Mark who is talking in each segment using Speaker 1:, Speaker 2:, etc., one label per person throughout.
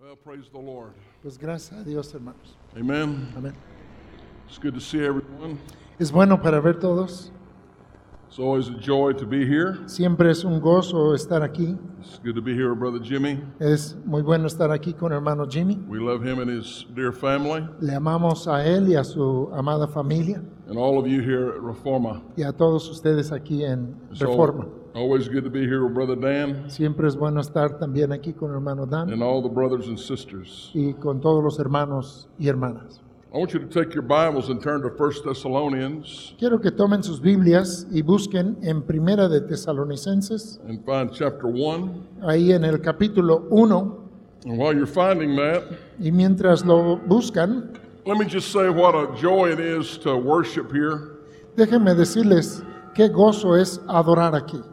Speaker 1: Well, praise the Lord.
Speaker 2: Pues gracias a Dios, hermanos.
Speaker 1: Amen.
Speaker 2: Amén.
Speaker 1: It's good to see everyone.
Speaker 2: Es bueno para ver todos.
Speaker 1: It's always a joy to be here.
Speaker 2: Siempre es un gozo estar aquí.
Speaker 1: It's good to be here with Brother Jimmy.
Speaker 2: Es muy bueno estar aquí con hermano Jimmy.
Speaker 1: We love him and his dear family,
Speaker 2: Le amamos a él y a su amada familia
Speaker 1: and all of you here at Reforma.
Speaker 2: y a todos ustedes aquí en
Speaker 1: It's al-
Speaker 2: Reforma.
Speaker 1: always good to be here with Brother Dan
Speaker 2: Siempre es bueno estar también aquí con hermano Dan
Speaker 1: and all the brothers and sisters.
Speaker 2: y con todos los hermanos y hermanas.
Speaker 1: I want you to take your Bibles and turn to 1 Thessalonians
Speaker 2: Quiero que tomen sus Biblias y busquen en Primera de Tesalonicenses,
Speaker 1: and find chapter 1.
Speaker 2: ahí en el capítulo 1.
Speaker 1: And while you're finding that,
Speaker 2: Y mientras lo buscan,
Speaker 1: let me just say what a joy it is to worship here.
Speaker 2: Déjenme decirles qué gozo es adorar aquí.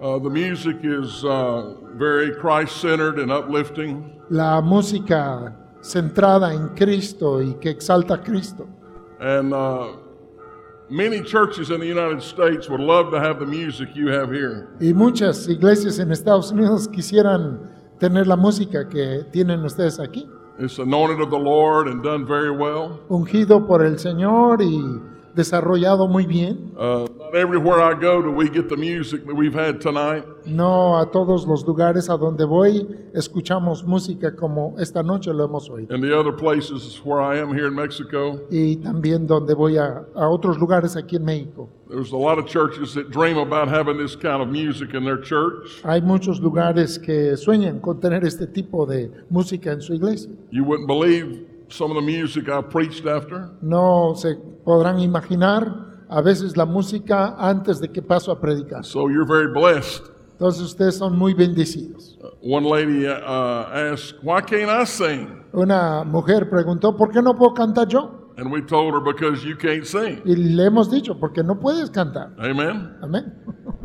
Speaker 1: Uh, the music is uh, very Christ centered and uplifting,
Speaker 2: La música centrada en Cristo y que exalta a Cristo.
Speaker 1: and uh, many churches in the United States would love to have the music you have here.
Speaker 2: Y muchas iglesias en Estados Unidos quisieran tener la música que tienen ustedes aquí.
Speaker 1: It's anointed of the Lord and done very well.
Speaker 2: Ungido por el Señor y desarrollado muy bien.
Speaker 1: Uh, not everywhere I go do we get the music that we've had tonight,
Speaker 2: No a todos los lugares a donde voy escuchamos música como esta noche lo hemos oído.
Speaker 1: and the other places where I am here in Mexico.
Speaker 2: Y también donde voy a, a otros lugares aquí en México.
Speaker 1: There's a lot of churches that dream about having this kind of music in their church.
Speaker 2: Hay muchos lugares que sueñan con tener este tipo de música en su iglesia.
Speaker 1: You wouldn't believe some of the music I preached after.
Speaker 2: No se podrán imaginar a veces la música antes de que paso a predicar.
Speaker 1: So you're very blessed.
Speaker 2: Entonces ustedes son muy bendecidos.
Speaker 1: One lady uh, asked, Why can't I sing?
Speaker 2: Una mujer preguntó, ¿por qué no puedo cantar yo?
Speaker 1: And we told her, Because you can't sing.
Speaker 2: Y le hemos dicho, porque no puedes cantar.
Speaker 1: Amen.
Speaker 2: Amén.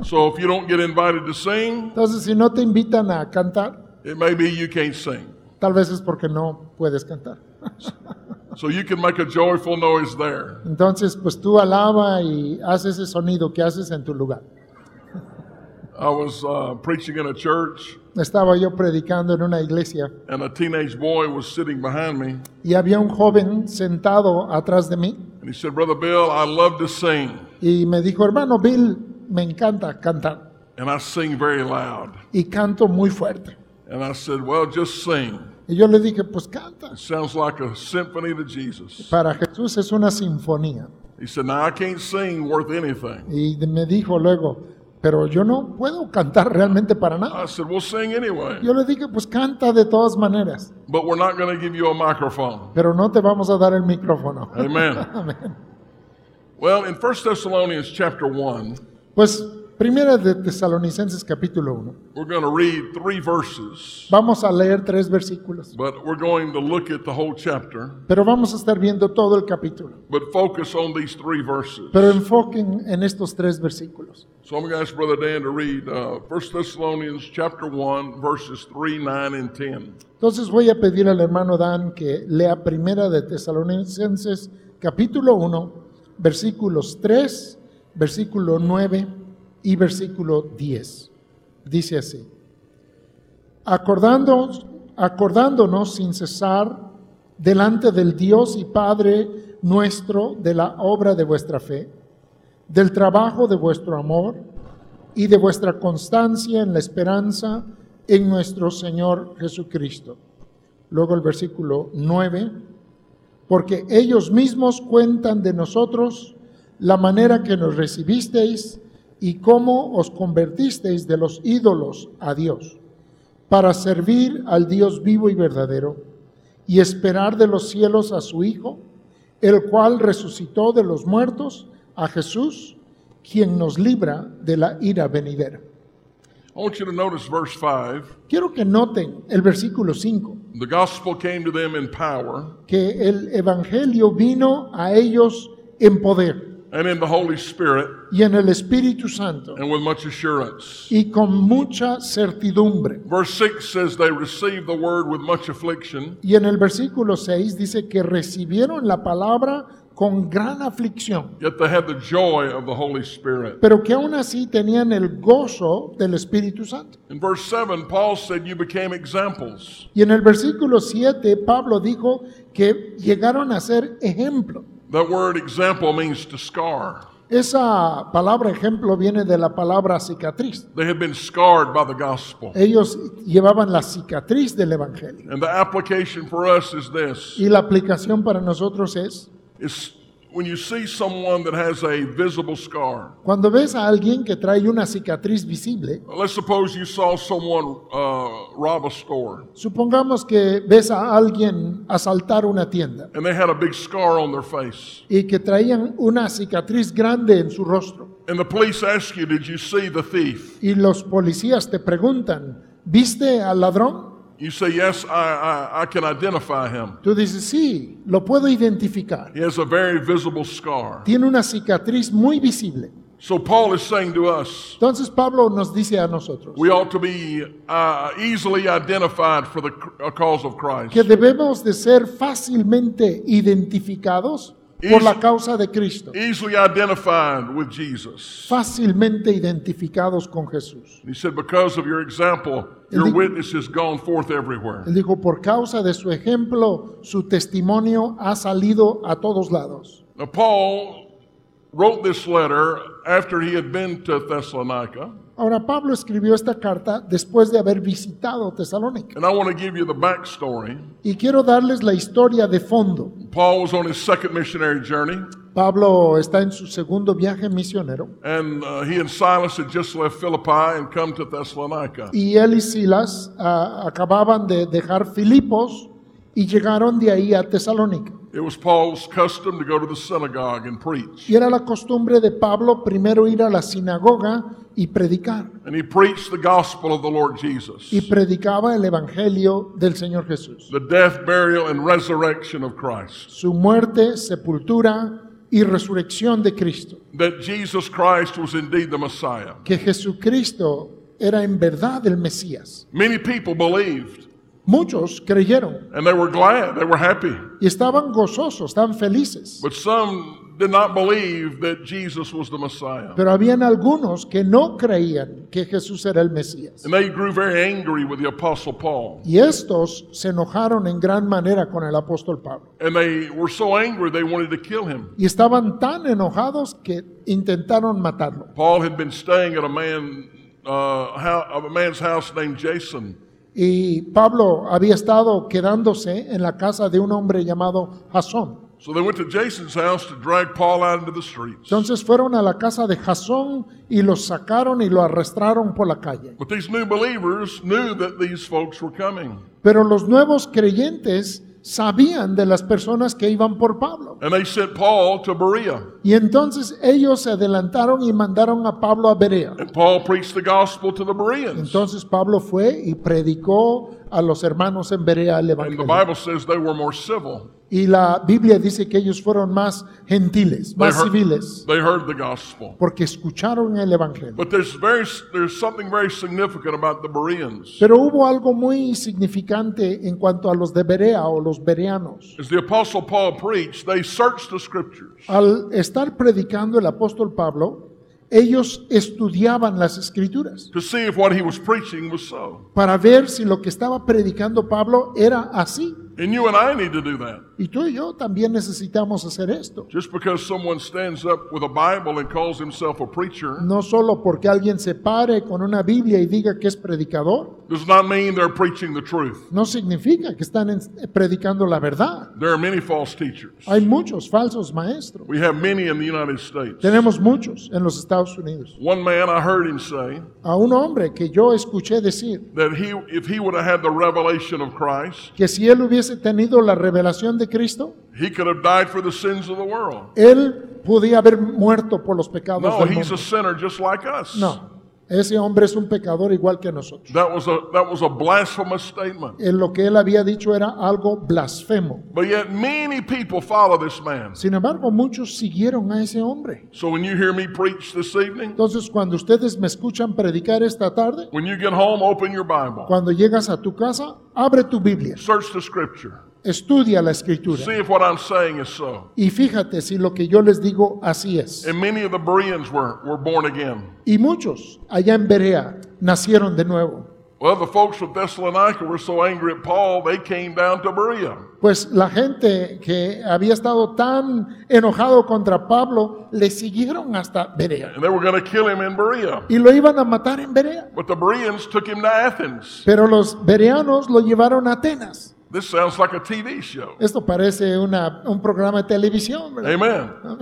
Speaker 1: So if you don't get invited to sing,
Speaker 2: Entonces si no te invitan a cantar,
Speaker 1: it may be you can't sing.
Speaker 2: tal vez es porque no puedes cantar.
Speaker 1: So you can make a joyful noise there.
Speaker 2: Entonces pues tú alaba y haz ese sonido que haces en tu lugar.
Speaker 1: I was uh, preaching in a church,
Speaker 2: Estaba yo predicando en una iglesia
Speaker 1: and a teenage boy was sitting behind me,
Speaker 2: y había un joven sentado atrás de mí
Speaker 1: and he said, Brother Bill, I love to sing,
Speaker 2: y me dijo, hermano Bill, me encanta cantar
Speaker 1: and I sing very loud.
Speaker 2: y canto muy fuerte.
Speaker 1: And I said, Well, just sing.
Speaker 2: Y yo le dije, pues canta.
Speaker 1: It sounds like a symphony to Jesus.
Speaker 2: Para Jesús es una sinfonía.
Speaker 1: He said, Now I can't sing worth anything.
Speaker 2: Y me dijo luego, pero yo no puedo cantar realmente para nada.
Speaker 1: I said, Well, sing anyway.
Speaker 2: Yo le dije, pues canta de todas maneras,
Speaker 1: But we're not going to give you a microphone.
Speaker 2: pero no te vamos a dar el micrófono.
Speaker 1: Amen.
Speaker 2: Amén.
Speaker 1: well, in 1 Thessalonians chapter 1,
Speaker 2: Pues primera de Tesalonicenses capítulo 1.
Speaker 1: we're going to read three verses,
Speaker 2: Vamos a leer tres versículos,
Speaker 1: but we're going to look at the whole chapter,
Speaker 2: pero vamos a estar viendo todo el capítulo.
Speaker 1: but focus on these three verses.
Speaker 2: Pero enfoquen en estos tres versículos.
Speaker 1: So I'm going to ask Brother Dan to read uh, 1 Thessalonians chapter 1, verses 3, 9, and 10.
Speaker 2: Entonces voy a pedir al hermano Dan que lea primera de Tesalonicenses capítulo 1, versículos 3, versículo 9 y versículo 10. Dice así, acordándonos, acordándonos sin cesar delante del Dios y Padre nuestro de la obra de vuestra fe, del trabajo de vuestro amor, y de vuestra constancia en la esperanza en nuestro Señor Jesucristo. Luego el versículo 9, porque ellos mismos cuentan de nosotros la manera que nos recibisteis y cómo os convertisteis de los ídolos a Dios, para servir al Dios vivo y verdadero, y esperar de los cielos a su Hijo, el cual resucitó de los muertos a Jesús, quien nos libra de la ira venidera.
Speaker 1: I want you to notice verse 5.
Speaker 2: Quiero que noten el versículo 5,
Speaker 1: The gospel came to them in power
Speaker 2: que el Evangelio vino a ellos en poder
Speaker 1: and in the Holy Spirit
Speaker 2: y en el Espíritu Santo
Speaker 1: and with much assurance.
Speaker 2: y con mucha certidumbre.
Speaker 1: Verse 6 says they received the word with much affliction
Speaker 2: Y en el versículo 6 dice que recibieron la palabra con gran aflicción,
Speaker 1: Yet they had the joy of the Holy Spirit.
Speaker 2: pero que aún así tenían el gozo del Espíritu Santo.
Speaker 1: In verse 7, Paul said, You became examples.
Speaker 2: Y en el versículo 7 Pablo dijo que llegaron a ser ejemplo.
Speaker 1: That word example means to scar.
Speaker 2: Esa palabra ejemplo viene de la palabra cicatriz.
Speaker 1: They had been scarred by the gospel.
Speaker 2: Ellos llevaban la cicatriz del Evangelio.
Speaker 1: And the application for us is this
Speaker 2: Y la aplicación para nosotros es,
Speaker 1: is when you see someone that has a visible scar.
Speaker 2: cuando ves a alguien que trae una cicatriz visible,
Speaker 1: Let's suppose you saw someone uh, rob a store
Speaker 2: supongamos que ves a alguien asaltar una tienda
Speaker 1: and they had a big scar on their face.
Speaker 2: y que traían una cicatriz grande en su rostro
Speaker 1: And the police ask you, Did you see the thief?
Speaker 2: y los policías te preguntan, ¿viste al ladrón?
Speaker 1: You say, Yes, I, I, I can identify him.
Speaker 2: Tú dices, sí, lo puedo identificar.
Speaker 1: He has a very visible scar.
Speaker 2: Tiene una cicatriz muy visible.
Speaker 1: So Paul is saying to us,
Speaker 2: Entonces Pablo nos dice a nosotros
Speaker 1: We ought to be uh, easily identified for the cr- uh, cause of Christ.
Speaker 2: que debemos de ser fácilmente identificados por la causa de Cristo,
Speaker 1: Easily identified with Jesus.
Speaker 2: fácilmente identificados con Jesús.
Speaker 1: He said, Because of your example, your
Speaker 2: Indi-
Speaker 1: witness has gone forth everywhere.
Speaker 2: Él dijo, por causa de su ejemplo, su testimonio ha salido a todos lados.
Speaker 1: Now, Paul wrote this letter after he had been to Thessalonica.
Speaker 2: Ahora Pablo escribió esta carta después de haber visitado Tesalónica.
Speaker 1: And I want to give you the backstory.
Speaker 2: Y quiero darles la historia de fondo.
Speaker 1: Paul was on his second missionary journey,
Speaker 2: Pablo está en su segundo viaje misionero
Speaker 1: and uh, he and Silas had just left Philippi and come to Thessalonica.
Speaker 2: y él y Silas ah, acababan de dejar Filipos y llegaron de ahí a Tesalónica.
Speaker 1: It was Paul's custom to go to the synagogue and preach.
Speaker 2: Y era la costumbre de Pablo primero ir a la sinagoga y predicar.
Speaker 1: And he preached the gospel of the Lord Jesus
Speaker 2: Y predicaba el Evangelio del Señor Jesús.
Speaker 1: the death, burial, and resurrection of Christ.
Speaker 2: Su muerte, sepultura y resurrección de Cristo.
Speaker 1: That Jesus Christ was indeed the Messiah.
Speaker 2: Que Jesucristo era en verdad el Mesías.
Speaker 1: Many people believed,
Speaker 2: Muchos creyeron
Speaker 1: and they were glad, they were happy.
Speaker 2: y estaban gozosos, estaban felices.
Speaker 1: But some did not believe that Jesus was the Messiah.
Speaker 2: Pero habían algunos que no creían que Jesús era el Mesías.
Speaker 1: And they grew very angry with the Apostle Paul.
Speaker 2: Y estos se enojaron en gran manera con el apóstol Pablo.
Speaker 1: And they were so angry they wanted to kill him.
Speaker 2: Y estaban tan enojados que intentaron matarlo.
Speaker 1: Paul had been staying at a man uh, hou- of a man's house named Jason,
Speaker 2: Y Pablo había estado quedándose en la casa de un hombre llamado Jasón.
Speaker 1: so they went to Jason's house to drag Paul out into the streets.
Speaker 2: Entonces fueron a la casa de Jasón y lo sacaron y lo arrastraron por la calle.
Speaker 1: But these new believers knew that these folks were coming,
Speaker 2: Pero los nuevos creyentes sabían de las personas que iban por Pablo.
Speaker 1: and they sent Paul to Berea.
Speaker 2: Y entonces ellos se adelantaron y mandaron a Pablo a Berea.
Speaker 1: And Paul preached the gospel to the Bereans.
Speaker 2: Entonces Pablo fue y predicó a los hermanos en Berea
Speaker 1: And
Speaker 2: el
Speaker 1: the
Speaker 2: Evangelio.
Speaker 1: Bible says they were more civil.
Speaker 2: Y la Biblia dice que ellos fueron más gentiles,
Speaker 1: They
Speaker 2: más
Speaker 1: heard,
Speaker 2: civiles,
Speaker 1: they heard the gospel.
Speaker 2: porque escucharon el Evangelio.
Speaker 1: But there's very there's something very significant about the Bereans.
Speaker 2: Pero hubo algo muy significante en cuanto a los de Berea o los bereanos.
Speaker 1: As the apostle Paul preached, they searched the scriptures.
Speaker 2: Al estar predicando el apóstol Pablo, ellos estudiaban las escrituras
Speaker 1: to see if what he was preaching was so.
Speaker 2: para ver si lo que estaba predicando Pablo era así.
Speaker 1: And you and I need to do that.
Speaker 2: Y tú y yo también necesitamos hacer esto.
Speaker 1: Just because someone stands up with a Bible and calls himself a preacher
Speaker 2: No solo porque alguien se pare con una Biblia y diga que es predicador,
Speaker 1: does not mean they're preaching the truth.
Speaker 2: no significa que están en- predicando la verdad.
Speaker 1: There are many false teachers.
Speaker 2: Hay muchos falsos maestros.
Speaker 1: We have many in the United States.
Speaker 2: Tenemos muchos en los Estados Unidos.
Speaker 1: One man I heard him say
Speaker 2: A un hombre que yo escuché decir,
Speaker 1: that he if he would have had the revelation of Christ,
Speaker 2: que si él hubiese tenido la revelación de Cristo,
Speaker 1: he could have died for the sins of the world.
Speaker 2: él podía haber muerto por los pecados
Speaker 1: No,
Speaker 2: del
Speaker 1: he's
Speaker 2: mundo.
Speaker 1: a sinner just like us.
Speaker 2: No, ese hombre es un pecador igual que nosotros.
Speaker 1: That was a that was a blasphemous statement.
Speaker 2: En lo que él había dicho era algo blasfemo.
Speaker 1: But yet many people follow this man.
Speaker 2: Sin embargo, muchos siguieron a ese hombre.
Speaker 1: So when you hear me preach this evening,
Speaker 2: Entonces, cuando ustedes me escuchan predicar esta tarde,
Speaker 1: When you get home, open your Bible.
Speaker 2: cuando llegas a tu casa, abre tu Biblia,
Speaker 1: Search the scripture.
Speaker 2: Estudia la escritura
Speaker 1: See if what I'm saying is so.
Speaker 2: y fíjate si lo que yo les digo así es.
Speaker 1: And many of the Bereans were, were born again.
Speaker 2: Y muchos allá en Berea nacieron de nuevo.
Speaker 1: Well, the folks from Thessalonica were so angry at Paul, they came down to Berea.
Speaker 2: Pues la gente que había estado tan enojado contra Pablo le siguieron hasta Berea
Speaker 1: And they were going to kill him in Berea.
Speaker 2: y lo iban a matar en Berea.
Speaker 1: But the Bereans took him to Athens.
Speaker 2: Pero los bereanos lo llevaron a Atenas.
Speaker 1: This sounds like a TV show.
Speaker 2: Esto parece una- un programa de televisión. ¿verdad?
Speaker 1: Amen.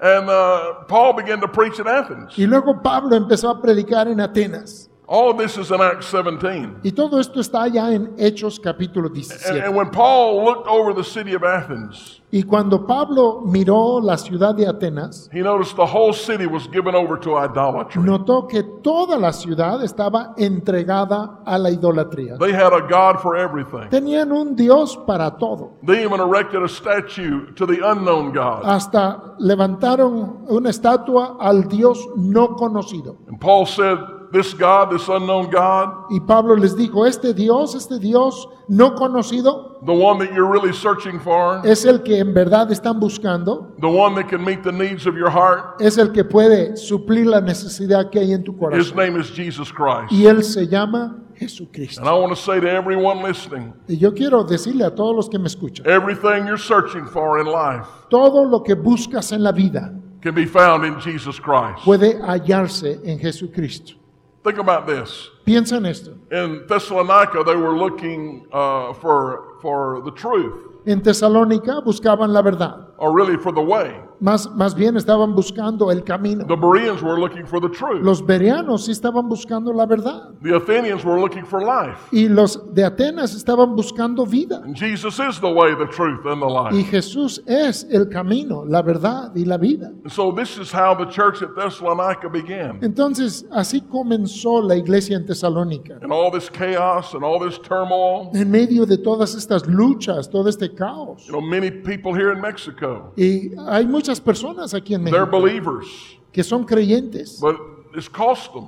Speaker 1: And uh, Paul began to preach at Athens.
Speaker 2: Y luego Pablo empezó a predicar en Atenas.
Speaker 1: All this is in Acts 17.
Speaker 2: Y todo esto está allá en Hechos capítulo
Speaker 1: And,
Speaker 2: 17.
Speaker 1: and when Paul looked over the city of Athens,
Speaker 2: Y cuando Pablo miró la ciudad de Atenas,
Speaker 1: he noticed the whole city was given over to idolatry.
Speaker 2: notó que toda la ciudad estaba entregada a la idolatría.
Speaker 1: They had a god for everything.
Speaker 2: Tenían un Dios para todo.
Speaker 1: They even erected a statue to the unknown god.
Speaker 2: Hasta levantaron una estatua al Dios no conocido.
Speaker 1: And Paul said, This god, this unknown god,
Speaker 2: Y Pablo les dijo, este Dios, este Dios no conocido,
Speaker 1: the one that you're really searching for,
Speaker 2: es el que en verdad están buscando,
Speaker 1: the one that can meet the needs of your heart,
Speaker 2: es el que puede suplir la necesidad que hay en tu corazón.
Speaker 1: his name is Jesus Christ.
Speaker 2: Y él se llama Jesucristo.
Speaker 1: And I want to say to everyone listening,
Speaker 2: Y yo quiero decirle a todos los que me escuchan,
Speaker 1: everything you're searching for in life
Speaker 2: todo lo que buscas en la vida
Speaker 1: can be found in Jesus Christ.
Speaker 2: puede hallarse en Jesucristo.
Speaker 1: Think about this.
Speaker 2: Piensa en esto.
Speaker 1: In Thessalonica, they were looking uh, for, for the truth,
Speaker 2: En Tesalónica buscaban la verdad,
Speaker 1: or really for the way.
Speaker 2: más, más bien estaban buscando el camino.
Speaker 1: The Bereans were looking for the truth.
Speaker 2: Los bereanos sí estaban buscando la verdad
Speaker 1: The Athenians were looking for life.
Speaker 2: y los de Atenas estaban buscando vida.
Speaker 1: And Jesus is the way, the truth, and the
Speaker 2: Y
Speaker 1: life.
Speaker 2: Jesús es el camino, la verdad y la vida.
Speaker 1: And so this is how the church at Thessalonica began.
Speaker 2: Entonces así comenzó la iglesia en Tesalónica.
Speaker 1: And all this chaos and all this turmoil.
Speaker 2: En medio de todas estas luchas, todo este caos.
Speaker 1: You know, many people here in Mexico,
Speaker 2: Y hay muchas personas aquí en
Speaker 1: they're
Speaker 2: México
Speaker 1: believers,
Speaker 2: que son creyentes,
Speaker 1: but it's cost them.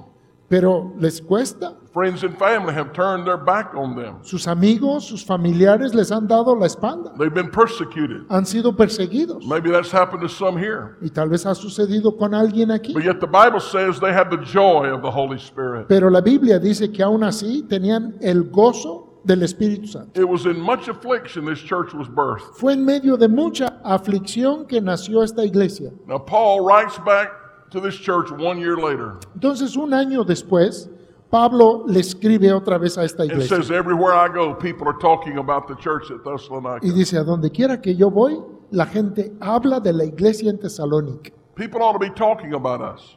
Speaker 2: pero les cuesta.
Speaker 1: Friends and family have turned their back on them.
Speaker 2: Sus amigos, sus familiares les han dado la espalda.
Speaker 1: They've been persecuted.
Speaker 2: Han sido perseguidos.
Speaker 1: Maybe that's happened to some here.
Speaker 2: Y tal vez ha sucedido con alguien aquí.
Speaker 1: But yet the Bible says they had the joy of the Holy Spirit.
Speaker 2: Pero la Biblia dice que aún así tenían el gozo del Espíritu Santo.
Speaker 1: It was in much affliction this church was birthed.
Speaker 2: Fue en medio de mucha aflicción que nació esta iglesia.
Speaker 1: Now, Paul writes back to this church one year later
Speaker 2: Entonces, un año después, Pablo le escribe otra vez a esta
Speaker 1: and
Speaker 2: iglesia.
Speaker 1: says, Everywhere I go, people are talking about the church at
Speaker 2: Y
Speaker 1: Thessalonica.
Speaker 2: dice, a donde quiera que yo voy, la gente habla de la iglesia en Tesalónica.
Speaker 1: People ought to be talking about us.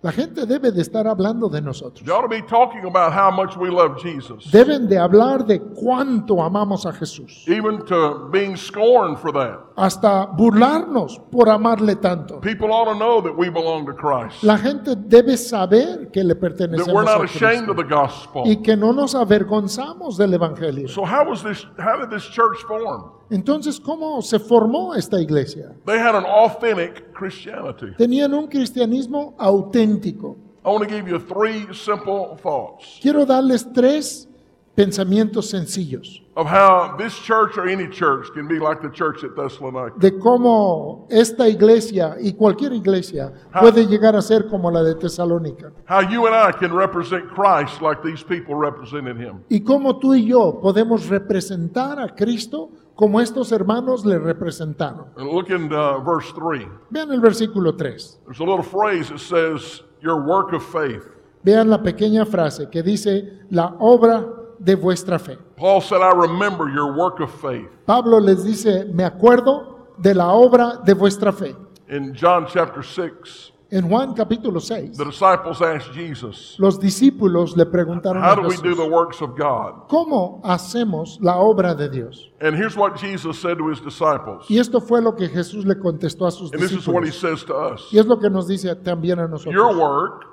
Speaker 2: La gente debe de estar hablando de nosotros.
Speaker 1: They ought to be talking about how much we love Jesus,
Speaker 2: Deben de hablar de cuánto amamos a Jesús.
Speaker 1: even to being scorned for that.
Speaker 2: Hasta burlarnos por amarle tanto.
Speaker 1: People ought to know that we belong to Christ,
Speaker 2: La gente debe saber que le
Speaker 1: that we're
Speaker 2: pertenecemos a
Speaker 1: not ashamed
Speaker 2: Cristo
Speaker 1: of the gospel.
Speaker 2: y que no nos avergonzamos del Evangelio.
Speaker 1: So how was this how did this church form?
Speaker 2: Entonces, ¿cómo se formó esta iglesia?
Speaker 1: They had an authentic Christianity.
Speaker 2: Tenían un cristianismo auténtico.
Speaker 1: I want to give you three simple thoughts
Speaker 2: Quiero darles tres pensamientos sencillos.
Speaker 1: of how this church or any church can be like the church at Thessalonica.
Speaker 2: de cómo esta iglesia y cualquier iglesia
Speaker 1: Ah.
Speaker 2: puede llegar a ser como la de Tesalónica
Speaker 1: How you and I can represent Christ like these people represented him.
Speaker 2: y cómo tú y yo podemos representar a Cristo como estos hermanos le representaron.
Speaker 1: And look in uh, verse 3.
Speaker 2: Vean el versículo 3,
Speaker 1: There's a little phrase that says your work of faith.
Speaker 2: vean la pequeña frase que dice la obra de vuestra fe.
Speaker 1: Paul said I remember your work of faith
Speaker 2: Pablo les dice, me acuerdo de la obra de vuestra fe.
Speaker 1: in John chapter 6.
Speaker 2: En Juan capítulo 6,
Speaker 1: The disciples asked Jesus,
Speaker 2: los discípulos le preguntaron
Speaker 1: "How
Speaker 2: a
Speaker 1: do we do
Speaker 2: Jesús,
Speaker 1: the works of God?"
Speaker 2: ¿cómo hacemos la obra de Dios?
Speaker 1: And here's what Jesus said to his disciples.
Speaker 2: Y esto fue lo que Jesús le contestó a sus
Speaker 1: And this is what he
Speaker 2: discípulos.
Speaker 1: says to us.
Speaker 2: Y es lo que nos dice también a
Speaker 1: Your
Speaker 2: nosotros.
Speaker 1: work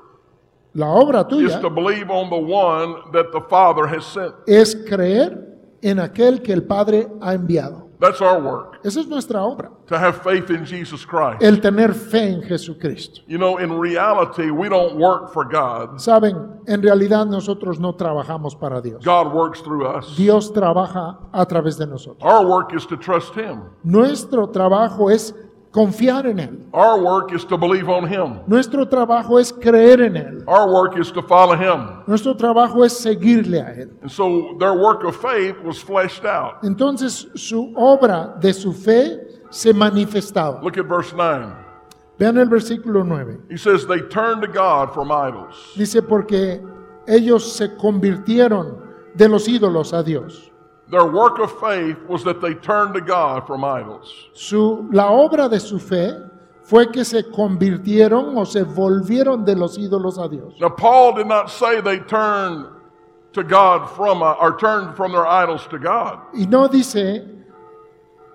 Speaker 2: La obra
Speaker 1: is
Speaker 2: tuya
Speaker 1: to believe on the one that the Father has sent.
Speaker 2: es creer en aquel que el Padre ha enviado.
Speaker 1: That's our work,
Speaker 2: Esa es nuestra obra,
Speaker 1: to have faith in Jesus Christ.
Speaker 2: el tener fe en Jesucristo.
Speaker 1: You know, in reality, we don't work for God,
Speaker 2: Saben, en realidad nosotros no trabajamos para Dios.
Speaker 1: God works through us.
Speaker 2: Dios trabaja a través de nosotros.
Speaker 1: Our work is to trust Him,
Speaker 2: Nuestro trabajo es confiar en Él.
Speaker 1: our work is to believe on Him,
Speaker 2: Nuestro trabajo es creer en Él.
Speaker 1: our work is to follow Him.
Speaker 2: Nuestro trabajo es seguirle a Él.
Speaker 1: And so their work of faith was fleshed out.
Speaker 2: Entonces su obra de su fe se manifestaba.
Speaker 1: Look at verse 9.
Speaker 2: Vean el versículo 9.
Speaker 1: He says, They turned to God from idols.
Speaker 2: Dice, porque ellos se convirtieron de los ídolos a Dios.
Speaker 1: Their work of faith was that they turned to God from idols.
Speaker 2: Su, la obra de su fe fue que se convirtieron o se volvieron de los ídolos a Dios.
Speaker 1: Now, Paul did not say they turned to God from, uh, or turned from their idols to God.
Speaker 2: Y no dice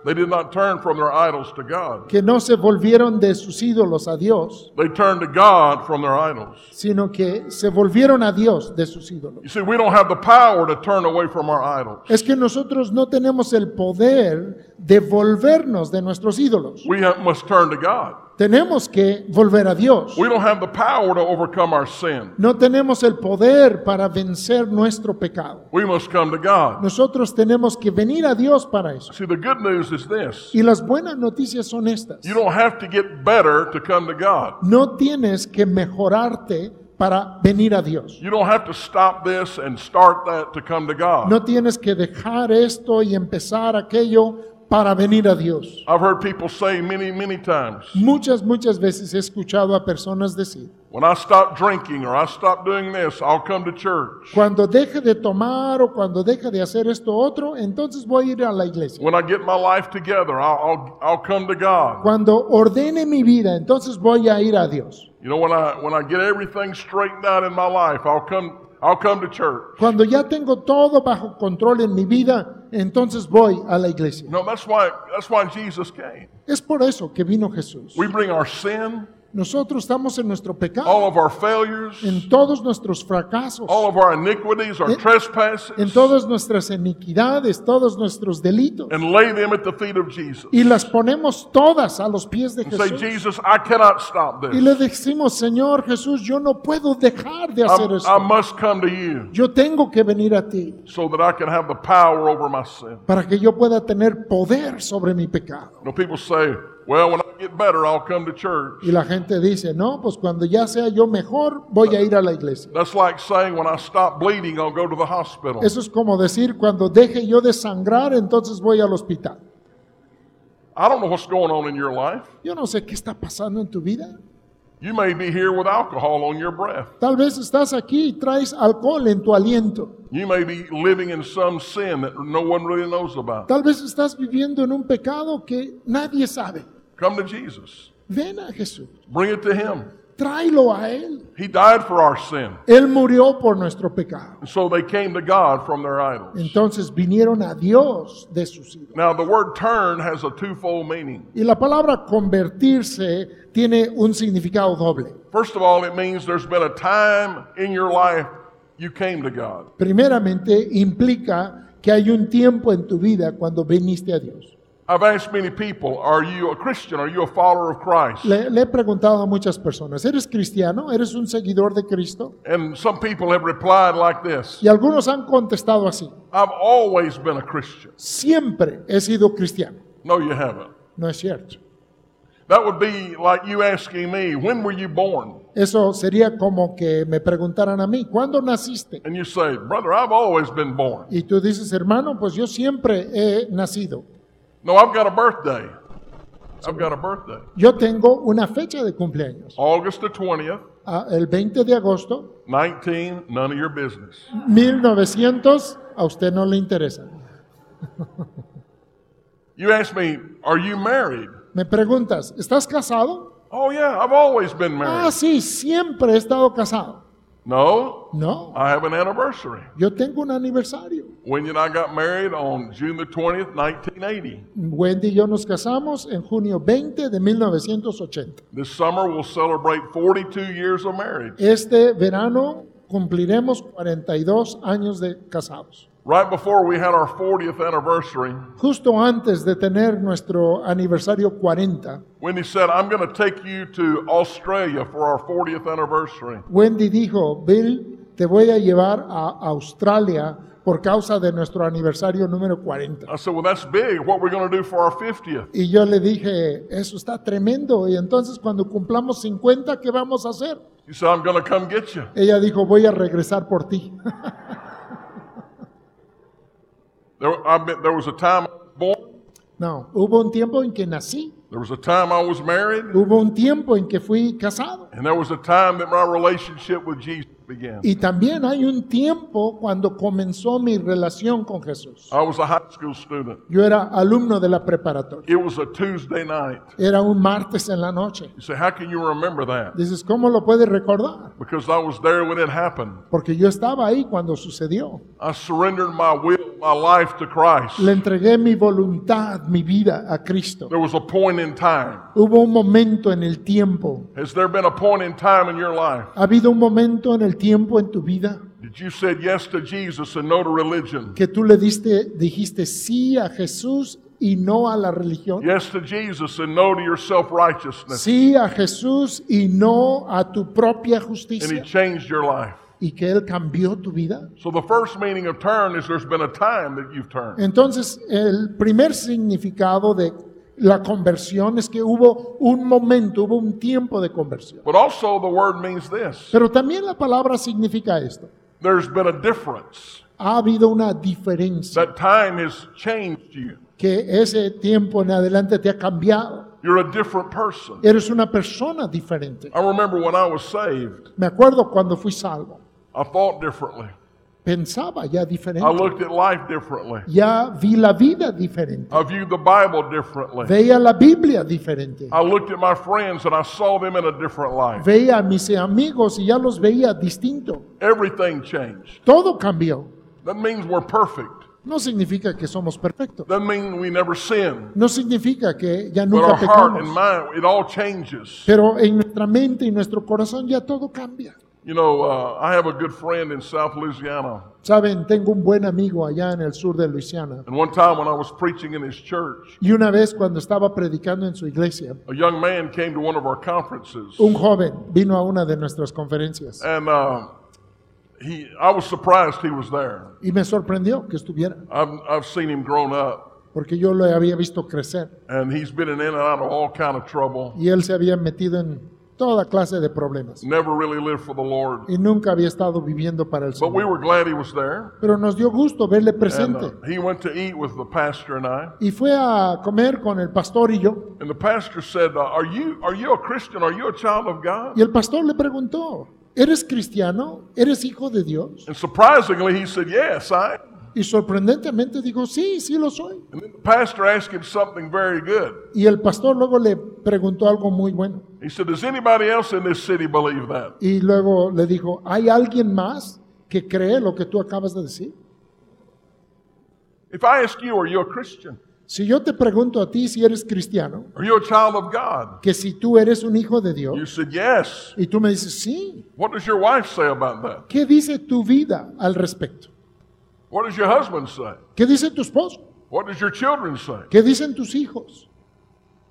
Speaker 1: They did not turn from their idols to God.
Speaker 2: que no se volvieron de sus ídolos a Dios,
Speaker 1: They turned to God from their idols.
Speaker 2: sino que se volvieron a Dios de sus ídolos.
Speaker 1: You see, we don't have the power to turn away from our idols.
Speaker 2: Es que nosotros no tenemos el poder de volvernos de nuestros ídolos.
Speaker 1: We have, must turn to God.
Speaker 2: Tenemos que volver a Dios.
Speaker 1: We don't have the power to overcome our sin.
Speaker 2: No tenemos el poder para vencer nuestro pecado.
Speaker 1: We must come to God.
Speaker 2: Nosotros tenemos que venir a Dios para eso.
Speaker 1: See, the good news is this
Speaker 2: Y las buenas noticias son estas.
Speaker 1: you don't have to get better to come to God.
Speaker 2: No tienes que mejorarte para venir a Dios.
Speaker 1: You don't have to stop this and start that to come to God.
Speaker 2: No tienes que dejar esto y empezar aquello para venir a Dios.
Speaker 1: I've heard people say many, many times
Speaker 2: Muchas, muchas veces he escuchado a personas decir,
Speaker 1: when I stop drinking or I stop doing this, I'll come to church.
Speaker 2: cuando deje de tomar o cuando deje de hacer esto otro, entonces voy a ir a la iglesia.
Speaker 1: When I get my life together, I'll, I'll, I'll come to God.
Speaker 2: Cuando ordene mi vida, entonces voy a ir a Dios.
Speaker 1: You know, when I, when I get everything straightened out in my life, I'll come, I'll come to church.
Speaker 2: Cuando ya tengo todo bajo control en mi vida, entonces voy a la iglesia.
Speaker 1: No, that's why, that's why Jesus came.
Speaker 2: Es por eso que vino Jesús.
Speaker 1: We bring our sin,
Speaker 2: Nosotros estamos en nuestro pecado,
Speaker 1: all of our failures,
Speaker 2: en todos nuestros fracasos,
Speaker 1: all of our iniquities, our
Speaker 2: En-
Speaker 1: trespasses,
Speaker 2: en todas nuestras iniquidades, todos nuestros delitos,
Speaker 1: and lay them at the feet of Jesus.
Speaker 2: y las ponemos todas a los pies de
Speaker 1: And say,
Speaker 2: Jesús.
Speaker 1: Jesus, I cannot stop
Speaker 2: Y
Speaker 1: this.
Speaker 2: le decimos, Señor Jesús, yo no puedo dejar de hacer
Speaker 1: I, I
Speaker 2: esto.
Speaker 1: must come to you
Speaker 2: Yo tengo que venir a ti
Speaker 1: so that I can have the power over my sin.
Speaker 2: para que yo pueda tener poder sobre mi pecado.
Speaker 1: You know, people say, well, when I get better, I'll come to church.
Speaker 2: Y la gente dice, no, pues cuando ya sea yo mejor, voy a ir a la iglesia.
Speaker 1: That's like saying, when I stop bleeding, I'll go to the hospital.
Speaker 2: Eso es como decir, cuando deje yo de sangrar, entonces voy al hospital.
Speaker 1: I don't know what's going on in your life.
Speaker 2: Yo no sé qué está pasando en tu vida.
Speaker 1: You may be here with alcohol on your breath.
Speaker 2: Tal vez estás aquí y traes alcohol en tu aliento.
Speaker 1: You may be living in some sin that no one really knows about.
Speaker 2: Tal vez estás viviendo en un pecado que nadie sabe.
Speaker 1: Come to Jesus.
Speaker 2: Ven a Jesús,
Speaker 1: Bring it to Him.
Speaker 2: tráelo a Él.
Speaker 1: He died for our sin.
Speaker 2: Él murió por nuestro pecado.
Speaker 1: And so they came to God from their idols.
Speaker 2: Entonces vinieron a Dios de sus ídolos.
Speaker 1: Now, the word turn has a twofold meaning.
Speaker 2: Y la palabra convertirse tiene un significado doble.
Speaker 1: First of all, it means there's been a time in your life you came to God.
Speaker 2: Primeramente, implica que hay un tiempo en tu vida cuando viniste a Dios.
Speaker 1: I've asked many people, are you a Christian? Are you a follower of Christ?
Speaker 2: Le, le he preguntado a muchas personas, ¿eres cristiano? ¿Eres un seguidor de Cristo?
Speaker 1: And some people have replied like this
Speaker 2: Y algunos han contestado así,
Speaker 1: I've always been a Christian.
Speaker 2: siempre he sido cristiano.
Speaker 1: No, you haven't.
Speaker 2: No es cierto.
Speaker 1: That would be like you asking me, when were you born?
Speaker 2: Eso sería como que me preguntaran a mí, ¿cuándo naciste?
Speaker 1: And you say, brother, I've always been born.
Speaker 2: Y tú dices, hermano, pues yo siempre he nacido.
Speaker 1: No, I've got a birthday. I've got a birthday.
Speaker 2: Yo tengo una fecha de cumpleaños,
Speaker 1: August the 20th,
Speaker 2: ah, el 20 de agosto,
Speaker 1: 19, none of your business.
Speaker 2: 1900, a usted no le interesa.
Speaker 1: You ask me, are you married?
Speaker 2: Me preguntas, ¿estás casado?
Speaker 1: Oh, yeah, I've always been
Speaker 2: Ah,
Speaker 1: married.
Speaker 2: sí, siempre he estado casado.
Speaker 1: No,
Speaker 2: No,
Speaker 1: I have an anniversary.
Speaker 2: yo tengo un aniversario.
Speaker 1: Wendy and I got married on June the 20th, 1980.
Speaker 2: Wendy y yo nos casamos en junio 20 de 1980.
Speaker 1: This summer we'll celebrate 42 years of marriage.
Speaker 2: Este verano cumpliremos 42 años de casados.
Speaker 1: Right before we had our 40th anniversary,
Speaker 2: Justo antes de tener nuestro aniversario 40,
Speaker 1: Wendy said, I'm going to take you to Australia for our 40th anniversary.
Speaker 2: Wendy dijo, Bill, te voy a llevar a Australia por causa de nuestro aniversario número 40.
Speaker 1: I said, Well, that's big. What are we going to do for our 50th?
Speaker 2: Y yo le dije, eso está tremendo. Y entonces cuando cumplamos 50, ¿qué vamos a hacer?
Speaker 1: She said, I'm going to come get you.
Speaker 2: Ella dijo, voy a regresar por ti.
Speaker 1: There, I been, there was a time I was born,
Speaker 2: No, hubo un tiempo en que nací,
Speaker 1: there was a time I was married,
Speaker 2: hubo un tiempo en que fui casado.
Speaker 1: and there was a time that my relationship with Jesus began.
Speaker 2: Y también hay un tiempo cuando comenzó mi relación con Jesús.
Speaker 1: I was a high school student.
Speaker 2: Yo era alumno de la preparatoria.
Speaker 1: It was a Tuesday night.
Speaker 2: Era un martes en la noche.
Speaker 1: You say, How can you remember that?
Speaker 2: Dices, ¿cómo lo puedes recordar?
Speaker 1: Because I was there when it happened.
Speaker 2: Porque yo estaba ahí cuando sucedió.
Speaker 1: I surrendered my will, my life to Christ.
Speaker 2: Le entregué mi voluntad, mi vida a Cristo.
Speaker 1: There was a point in time.
Speaker 2: Hubo un momento en el tiempo.
Speaker 1: Has there been a point in time in your life
Speaker 2: ¿Ha habido un momento en el tiempo en tu vida
Speaker 1: that you said yes to Jesus and no to religion?
Speaker 2: que tú le diste, dijiste sí a Jesús y no a la religión?
Speaker 1: Yes to Jesus and no to your self righteousness.
Speaker 2: Sí a Jesús y no a tu propia
Speaker 1: And He
Speaker 2: justicia.
Speaker 1: changed your life.
Speaker 2: Y que Él cambió tu vida.
Speaker 1: So the first meaning of turn is there's been a time that you've turned.
Speaker 2: Entonces, el primer significado de la conversión es que hubo un momento, hubo un tiempo de conversión.
Speaker 1: But also the word means this
Speaker 2: Pero también la palabra significa esto.
Speaker 1: there's been a difference.
Speaker 2: Ha habido una diferencia,
Speaker 1: That time has changed you.
Speaker 2: que ese tiempo en adelante te ha cambiado.
Speaker 1: You're a different person.
Speaker 2: Eres una persona diferente.
Speaker 1: I remember when I was saved,
Speaker 2: Me acuerdo cuando fui salvo.
Speaker 1: I thought differently.
Speaker 2: Pensaba ya
Speaker 1: I
Speaker 2: diferente.
Speaker 1: looked at life differently.
Speaker 2: Ya vi la vida diferente.
Speaker 1: I viewed the Bible differently.
Speaker 2: Veía la Biblia diferente.
Speaker 1: I looked at my friends and I saw them in a different light.
Speaker 2: Veía a mis amigos y ya los veía distinto.
Speaker 1: Everything changed.
Speaker 2: Todo cambió.
Speaker 1: That means we're perfect.
Speaker 2: No significa que somos perfectos.
Speaker 1: That means we never sin.
Speaker 2: No significa que ya
Speaker 1: But
Speaker 2: nunca
Speaker 1: our heart and
Speaker 2: pecamos.
Speaker 1: mind, it all changes.
Speaker 2: Pero en nuestra mente y nuestro corazón ya todo cambia.
Speaker 1: You know, uh, I have a good friend in South Louisiana.
Speaker 2: Saben, tengo un buen amigo allá en el sur de Luisiana.
Speaker 1: And one time when I was preaching in his church,
Speaker 2: Y una vez cuando estaba predicando en su iglesia,
Speaker 1: a young man came to one of our conferences.
Speaker 2: un joven vino a una de nuestras conferencias
Speaker 1: And uh, he, I was surprised he was there.
Speaker 2: y me sorprendió que estuviera,
Speaker 1: I've, I've seen him grown up.
Speaker 2: porque yo lo había visto crecer
Speaker 1: And he's been in and out of all kind of trouble.
Speaker 2: y él se había metido en toda clase de problemas
Speaker 1: never really lived for the Lord.
Speaker 2: y nunca había estado viviendo para el
Speaker 1: But we
Speaker 2: Señor.
Speaker 1: were glad he was there.
Speaker 2: Pero nos dio gusto verle
Speaker 1: And,
Speaker 2: presente
Speaker 1: uh, he went to eat with the pastor and I.
Speaker 2: y fue a comer con el pastor y yo.
Speaker 1: And the pastor said, uh, "Are you are you a Christian? Are you a child of God?"
Speaker 2: Y el pastor le preguntó, ¿eres cristiano? ¿Eres hijo de Dios?
Speaker 1: And surprisingly, he said, "Yes, I." am."
Speaker 2: Y sorprendentemente dijo, sí, sí lo soy.
Speaker 1: And then the pastor asked him something very good.
Speaker 2: Y el pastor luego le preguntó algo muy bueno.
Speaker 1: He said, "Does anybody else in this city believe that?"
Speaker 2: Y luego le dijo, ¿hay alguien más que cree lo que tú acabas de decir?
Speaker 1: If I ask you, "Are you a Christian?
Speaker 2: Si yo te pregunto a ti si eres cristiano,
Speaker 1: Are you a child of God?"
Speaker 2: que si tú eres un hijo de
Speaker 1: You
Speaker 2: Dios,
Speaker 1: said, "Yes."
Speaker 2: y tú me dices, sí,
Speaker 1: What does your wife say about that?
Speaker 2: ¿qué dice tu vida al respecto?
Speaker 1: What does your husband say?
Speaker 2: ¿Qué dice tu esposo?
Speaker 1: What does your children say?
Speaker 2: ¿Qué dicen tus hijos?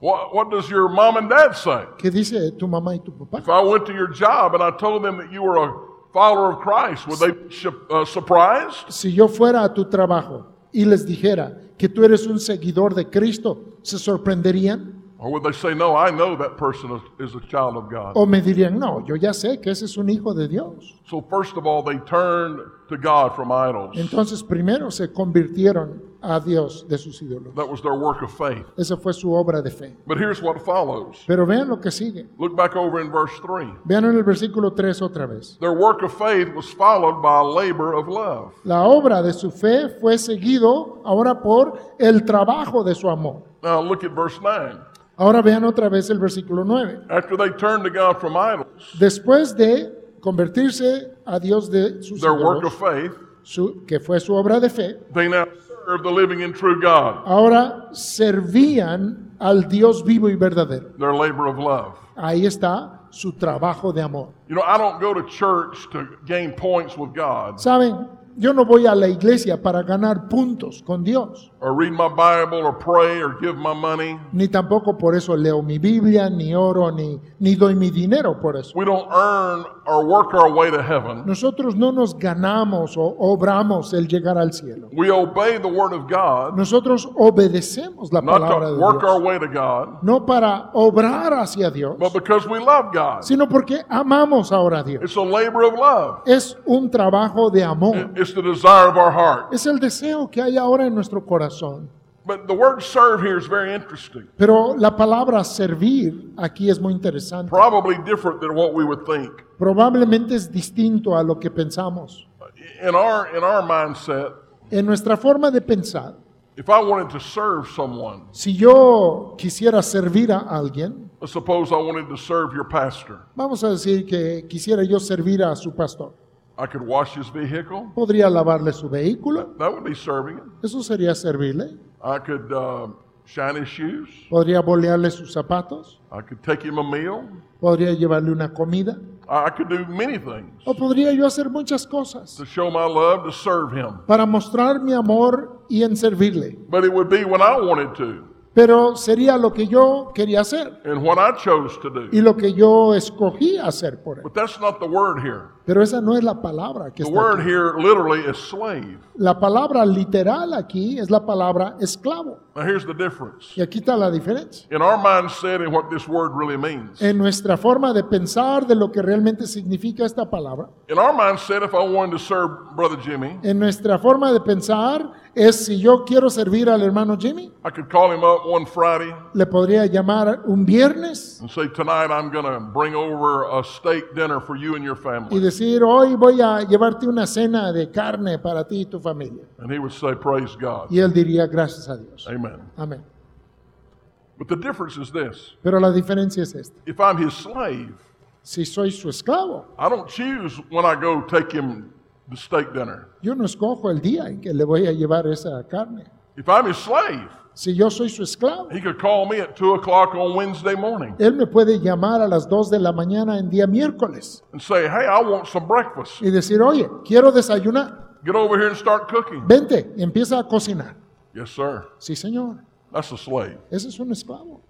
Speaker 1: What, what does your mom and dad say?
Speaker 2: ¿Qué dice tu mamá y tu papá?
Speaker 1: If I went to your job and I told them that you were a follower of Christ, would they be su- uh, surprised?
Speaker 2: Si yo fuera a tu trabajo y les dijera que tú eres un seguidor de Cristo, ¿se sorprenderían?
Speaker 1: Or would they say, No, I know that person is, is a child of God?
Speaker 2: ¿O me dirían, no, yo ya sé que ese es un hijo de Dios?
Speaker 1: So, first of all, they turned to God from idols.
Speaker 2: Entonces primero se convirtieron a Dios de sus ídolos.
Speaker 1: That was their work of faith.
Speaker 2: Esa fue su obra de fe.
Speaker 1: But here's what follows
Speaker 2: Pero vean lo que sigue.
Speaker 1: look back over in verse 3.
Speaker 2: Vean en el versículo 3 otra vez.
Speaker 1: Their work of faith was followed by a labor of love.
Speaker 2: La obra de su fe fue seguido ahora por el trabajo de su amor.
Speaker 1: Now, look at verse 9.
Speaker 2: Ahora vean otra vez el versículo 9.
Speaker 1: After they turned to God from idols,
Speaker 2: Después de convertirse a Dios de sus
Speaker 1: their work of
Speaker 2: ídolos,
Speaker 1: faith,
Speaker 2: su- que fue su obra de fe,
Speaker 1: they now serve the living and true God,
Speaker 2: ahora servían al Dios vivo y verdadero.
Speaker 1: their labor of love.
Speaker 2: Ahí está su trabajo de amor.
Speaker 1: You know, I don't go to church to gain points with God.
Speaker 2: Saben, Yo no voy a la iglesia para ganar puntos con Dios,
Speaker 1: or read my Bible or pray or give my money.
Speaker 2: ni tampoco por eso leo mi Biblia, ni oro, ni, ni doy mi dinero por eso.
Speaker 1: We don't earn or work our way to heaven.
Speaker 2: Nosotros no nos ganamos o obramos el llegar al cielo.
Speaker 1: We obey the Word of God,
Speaker 2: Nosotros obedecemos la
Speaker 1: not
Speaker 2: palabra
Speaker 1: to
Speaker 2: de
Speaker 1: work our
Speaker 2: Dios,
Speaker 1: way to God,
Speaker 2: no para obrar hacia Dios,
Speaker 1: but because we love God.
Speaker 2: sino porque amamos ahora a Dios.
Speaker 1: It's a labor of love,
Speaker 2: Es un trabajo de amor.
Speaker 1: it's the desire of our heart.
Speaker 2: Es el deseo que hay ahora en nuestro corazón.
Speaker 1: But the word serve here is very interesting,
Speaker 2: Pero la palabra servir aquí es muy interesante.
Speaker 1: probably different than what we would think.
Speaker 2: Probablemente es distinto a lo que pensamos.
Speaker 1: In our, in our mindset,
Speaker 2: En nuestra forma de pensar,
Speaker 1: if I wanted to serve someone,
Speaker 2: si yo quisiera servir a alguien,
Speaker 1: let's suppose I wanted to serve your pastor,
Speaker 2: vamos a decir que quisiera yo servir a su pastor.
Speaker 1: I could wash his vehicle.
Speaker 2: Podría lavarle su vehículo,
Speaker 1: That would be serving him.
Speaker 2: eso sería servirle.
Speaker 1: I could uh, shine his shoes.
Speaker 2: Podría bolearle sus zapatos,
Speaker 1: I could take him a meal.
Speaker 2: podría llevarle una comida,
Speaker 1: I I could do many things
Speaker 2: o podría yo hacer muchas cosas
Speaker 1: to show my love, to serve him.
Speaker 2: para mostrar mi amor y en servirle.
Speaker 1: But it would be when I wanted to
Speaker 2: Pero sería lo que yo quería hacer
Speaker 1: and what I chose to do.
Speaker 2: y lo que yo escogí hacer por él.
Speaker 1: But that's not the word here.
Speaker 2: Pero esa no es la palabra que
Speaker 1: The
Speaker 2: está
Speaker 1: word
Speaker 2: aquí.
Speaker 1: here literally is slave.
Speaker 2: La palabra literal aquí es la palabra esclavo.
Speaker 1: Now here's the difference.
Speaker 2: Y aquí está la diferencia.
Speaker 1: In our mindset and what this word really means.
Speaker 2: En nuestra forma de pensar de lo que realmente significa esta palabra,
Speaker 1: In our mindset, if I wanted to serve Brother Jimmy,
Speaker 2: en nuestra forma de pensar es si yo quiero servir al hermano Jimmy,
Speaker 1: I could call him up one Friday
Speaker 2: le podría llamar un viernes
Speaker 1: and say, Tonight I'm going to bring over a steak dinner for you and your
Speaker 2: y
Speaker 1: family.
Speaker 2: decir, hoy voy a llevarte una cena de carne para ti y tu familia.
Speaker 1: And he would say, Praise God.
Speaker 2: Y él diría, gracias a Dios.
Speaker 1: Amen.
Speaker 2: Amén.
Speaker 1: But the difference is this
Speaker 2: Pero la diferencia es esta.
Speaker 1: if I'm his slave,
Speaker 2: Si soy su esclavo,
Speaker 1: I don't choose when I go take him to steak dinner.
Speaker 2: yo no escojo el día en que le voy a llevar esa carne.
Speaker 1: If I'm his slave,
Speaker 2: Si yo soy su esclavo,
Speaker 1: he could call me at 2 o'clock on Wednesday morning
Speaker 2: él me puede llamar a las 2 de la mañana en día miércoles
Speaker 1: and say, Hey, I want some breakfast.
Speaker 2: y decir, oye, quiero desayunar,
Speaker 1: Get over here and start cooking.
Speaker 2: vente y empieza a cocinar.
Speaker 1: Yes, sir.
Speaker 2: Sí, señor,
Speaker 1: That's a slave.
Speaker 2: ese es un esclavo.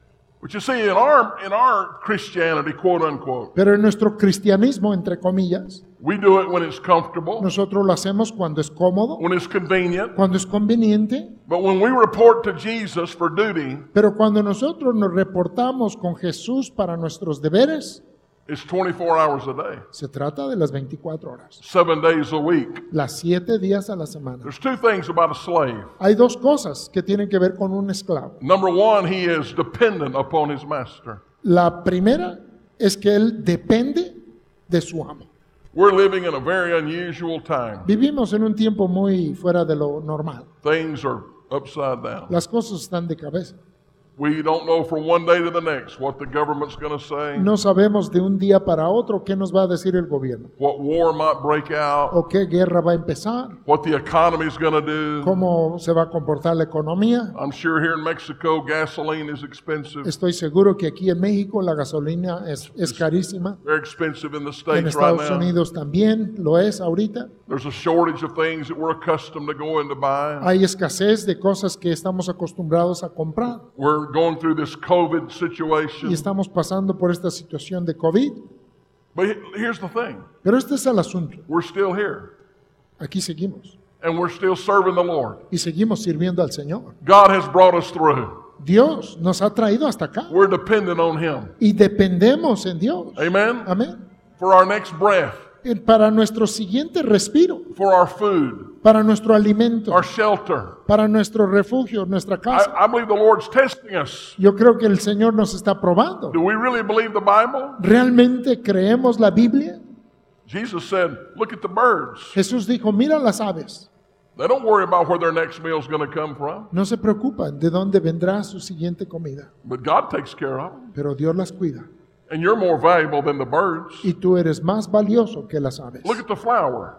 Speaker 1: But you see, in our in our Christianity, quote unquote,
Speaker 2: Pero en nuestro cristianismo, entre comillas,
Speaker 1: we do it when it's comfortable,
Speaker 2: nosotros lo hacemos cuando es cómodo,
Speaker 1: when it's convenient.
Speaker 2: cuando es conveniente,
Speaker 1: But when we report to Jesus for duty,
Speaker 2: pero cuando nosotros nos reportamos con Jesús para nuestros deberes,
Speaker 1: it's 24 hours a day,
Speaker 2: se trata de las 24 horas,
Speaker 1: seven days a week.
Speaker 2: las 7 días a la semana.
Speaker 1: There's two things about a slave.
Speaker 2: Hay dos cosas que tienen que ver con un esclavo.
Speaker 1: Number one, he is dependent upon his master.
Speaker 2: La primera es que él depende de su amo.
Speaker 1: We're living in a very unusual time.
Speaker 2: Vivimos en un tiempo muy fuera de lo normal.
Speaker 1: Things are upside down.
Speaker 2: Las cosas están de cabeza.
Speaker 1: We don't know from one day to the next what the government's going to say,
Speaker 2: No sabemos de un día para otro qué nos va a decir el gobierno
Speaker 1: what war might break out,
Speaker 2: o qué guerra va a empezar,
Speaker 1: what the economy's going to do.
Speaker 2: cómo se va a comportar la economía.
Speaker 1: I'm sure here in Mexico, gasoline is expensive.
Speaker 2: Estoy seguro que aquí en México la gasolina es, es carísima.
Speaker 1: They're expensive in the
Speaker 2: En
Speaker 1: States right
Speaker 2: Estados
Speaker 1: now.
Speaker 2: Unidos también lo es ahorita.
Speaker 1: There's a shortage of things that we're accustomed to going to buy.
Speaker 2: Hay escasez de cosas que estamos acostumbrados a comprar
Speaker 1: We're going through this COVID
Speaker 2: y
Speaker 1: situation.
Speaker 2: estamos pasando por esta situación de COVID.
Speaker 1: But he- here's the thing
Speaker 2: Pero este es el asunto.
Speaker 1: we're still here,
Speaker 2: Aquí seguimos.
Speaker 1: and we're still serving the Lord.
Speaker 2: y seguimos sirviendo al Señor.
Speaker 1: God has brought us through.
Speaker 2: Dios nos ha traído hasta acá
Speaker 1: We're dependent on Him.
Speaker 2: y dependemos en Dios.
Speaker 1: Amen?
Speaker 2: Amén.
Speaker 1: For our next breath,
Speaker 2: Eh, Para nuestro siguiente respiro,
Speaker 1: for our food,
Speaker 2: para nuestro alimento,
Speaker 1: our shelter.
Speaker 2: para nuestro refugio, nuestra casa.
Speaker 1: I, I believe the Lord's testing us.
Speaker 2: Yo creo que el Señor nos está probando.
Speaker 1: Do we really believe the Bible?
Speaker 2: ¿Realmente creemos la Biblia?
Speaker 1: Jesus said, Look at the birds.
Speaker 2: Jesús dijo, mira las aves,
Speaker 1: They don't worry about where their next meal's going to come from,
Speaker 2: no se preocupan de dónde vendrá su siguiente comida,
Speaker 1: but God takes care of them.
Speaker 2: pero Dios las cuida.
Speaker 1: And you're more valuable than the birds.
Speaker 2: Y tú eres más valioso que las aves.
Speaker 1: Look at the flower.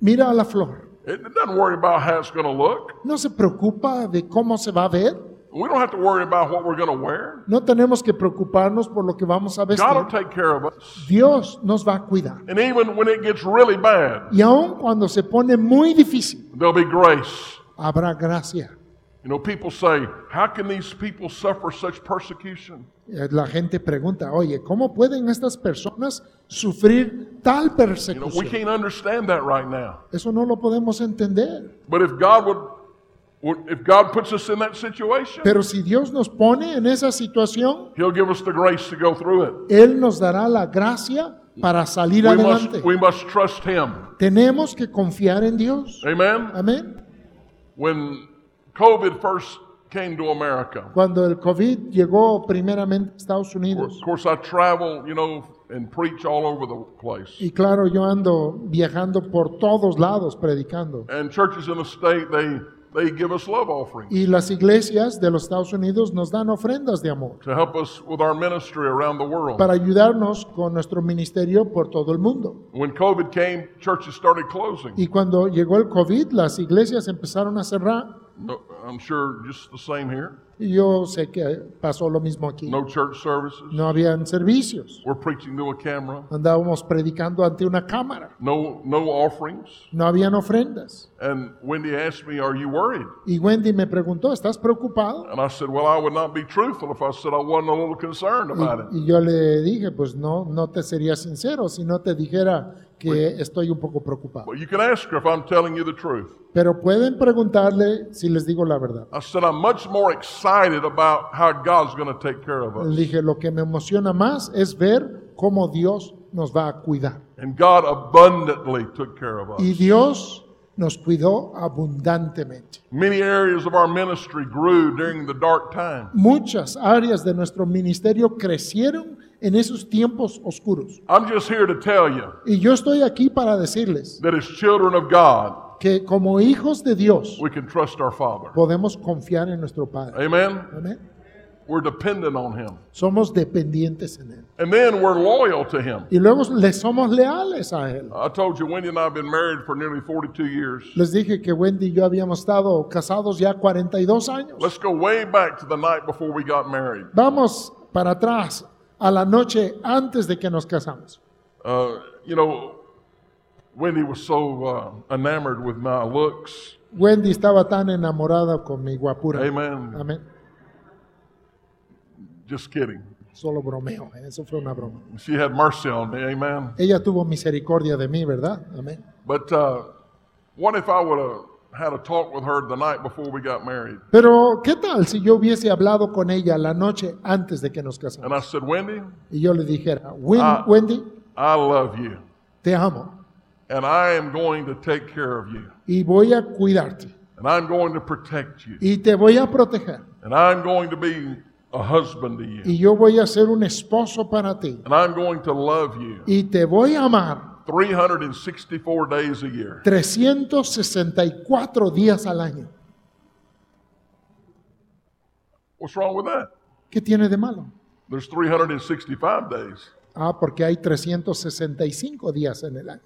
Speaker 2: Mira a la flor,
Speaker 1: It doesn't worry about how it's going to look.
Speaker 2: no se preocupa de cómo se va a ver.
Speaker 1: Well, We don't have to worry about what we're going to wear.
Speaker 2: No tenemos que preocuparnos por lo que vamos a vestir.
Speaker 1: God will take care of us.
Speaker 2: Dios nos va a cuidar.
Speaker 1: And even when it gets really bad,
Speaker 2: Y aun cuando se pone muy difícil,
Speaker 1: there'll be grace.
Speaker 2: habrá gracia.
Speaker 1: You know, people say, How can these people suffer such persecution?
Speaker 2: Eh, La gente pregunta, oye, ¿cómo pueden estas personas sufrir tal
Speaker 1: You know, we
Speaker 2: persecución?
Speaker 1: can't understand that right now.
Speaker 2: Eso no lo podemos entender.
Speaker 1: But if God would, would if God puts us in that situation,
Speaker 2: Pero si Dios nos pone en esa situación,
Speaker 1: He'll give us the grace to go through
Speaker 2: Él nos dará la gracia para salir
Speaker 1: it. We must,
Speaker 2: adelante.
Speaker 1: we must trust Him.
Speaker 2: Tenemos que confiar en Dios.
Speaker 1: Amen?
Speaker 2: Amén.
Speaker 1: When COVID first came to America,
Speaker 2: Cuando el COVID llegó primeramente a Estados
Speaker 1: of
Speaker 2: Unidos,
Speaker 1: course, I travel, you know, and preach all over the place.
Speaker 2: y claro, yo ando viajando por todos lados predicando,
Speaker 1: And churches in the state, they, they give us love offerings
Speaker 2: y las iglesias de los Estados Unidos nos dan ofrendas de amor
Speaker 1: to help us with our ministry around the world.
Speaker 2: para ayudarnos con nuestro ministerio por todo el mundo.
Speaker 1: When COVID came, churches started closing.
Speaker 2: Y cuando llegó el COVID, las iglesias empezaron a cerrar.
Speaker 1: No, I'm sure just the same here.
Speaker 2: Y yo sé que pasó lo mismo aquí.
Speaker 1: No church services.
Speaker 2: No habían servicios.
Speaker 1: We're preaching to a camera.
Speaker 2: Andábamos predicando ante una cámara.
Speaker 1: No, no offerings.
Speaker 2: No habían ofrendas.
Speaker 1: And Wendy asked me, Are you worried?
Speaker 2: Y Wendy me preguntó, ¿estás preocupado?
Speaker 1: And I said, Well, I would not be truthful if I said I wasn't a little concerned about it.
Speaker 2: Y, y yo le dije, pues no, no te sería sincero si no te dijera que estoy un poco preocupado.
Speaker 1: But you can ask her if I'm telling you the truth.
Speaker 2: Pero pueden preguntarle si les digo la verdad.
Speaker 1: I said, I'm much more excited about how God's going to take care of us.
Speaker 2: Le dije, lo que me emociona más es ver cómo Dios nos va a cuidar.
Speaker 1: And God abundantly took care of us.
Speaker 2: Y Dios nos cuidó abundantemente.
Speaker 1: Many areas of our ministry grew during the dark time.
Speaker 2: Muchas áreas de nuestro ministerio crecieron en esos tiempos oscuros.
Speaker 1: I'm just here to tell you
Speaker 2: Y yo estoy aquí para decirles
Speaker 1: that as children of God,
Speaker 2: que como hijos de Dios
Speaker 1: we can trust our Father.
Speaker 2: podemos confiar en nuestro Padre.
Speaker 1: Amen?
Speaker 2: Amén.
Speaker 1: We're dependent on Him.
Speaker 2: Somos dependientes en Él.
Speaker 1: And then we're loyal to Him.
Speaker 2: Y luego le somos leales a Él.
Speaker 1: I told you, Wendy and I have been married for nearly 42 years.
Speaker 2: Les dije que Wendy y yo habíamos estado casados ya 42 años.
Speaker 1: Let's go way back to the night before we got married.
Speaker 2: Vamos para atrás a la noche antes de que nos casamos.
Speaker 1: Uh, you know, Wendy was so uh, enamored with my looks.
Speaker 2: Wendy estaba tan enamorada con mi guapura.
Speaker 1: Amen.
Speaker 2: Amén.
Speaker 1: Just kidding.
Speaker 2: Solo bromeo, ¿eh? eso fue una broma.
Speaker 1: She had mercy on me. Amen.
Speaker 2: Ella tuvo misericordia de mí, ¿verdad? Amén.
Speaker 1: But uh, what if I would have had a talk with her the night before we got married?
Speaker 2: Pero, ¿qué tal si yo hubiese hablado con ella la noche antes de que nos
Speaker 1: And
Speaker 2: casamos?
Speaker 1: I said, Wendy,
Speaker 2: Y yo le dijera, "Wen-
Speaker 1: Ah.
Speaker 2: Wendy,
Speaker 1: I love you,
Speaker 2: te amo
Speaker 1: and I am going to take care of you,
Speaker 2: y voy a cuidarte
Speaker 1: and I'm going to protect you,
Speaker 2: y te voy a proteger
Speaker 1: and I'm going to be a husband to you,
Speaker 2: y yo voy a ser un esposo para ti
Speaker 1: and I'm going to love you
Speaker 2: y te voy a amar
Speaker 1: 364 days a year.
Speaker 2: 364 días al año.
Speaker 1: What's wrong with that?
Speaker 2: ¿Qué tiene de malo?
Speaker 1: There's 365 days.
Speaker 2: Ah, porque hay 365 días en el año.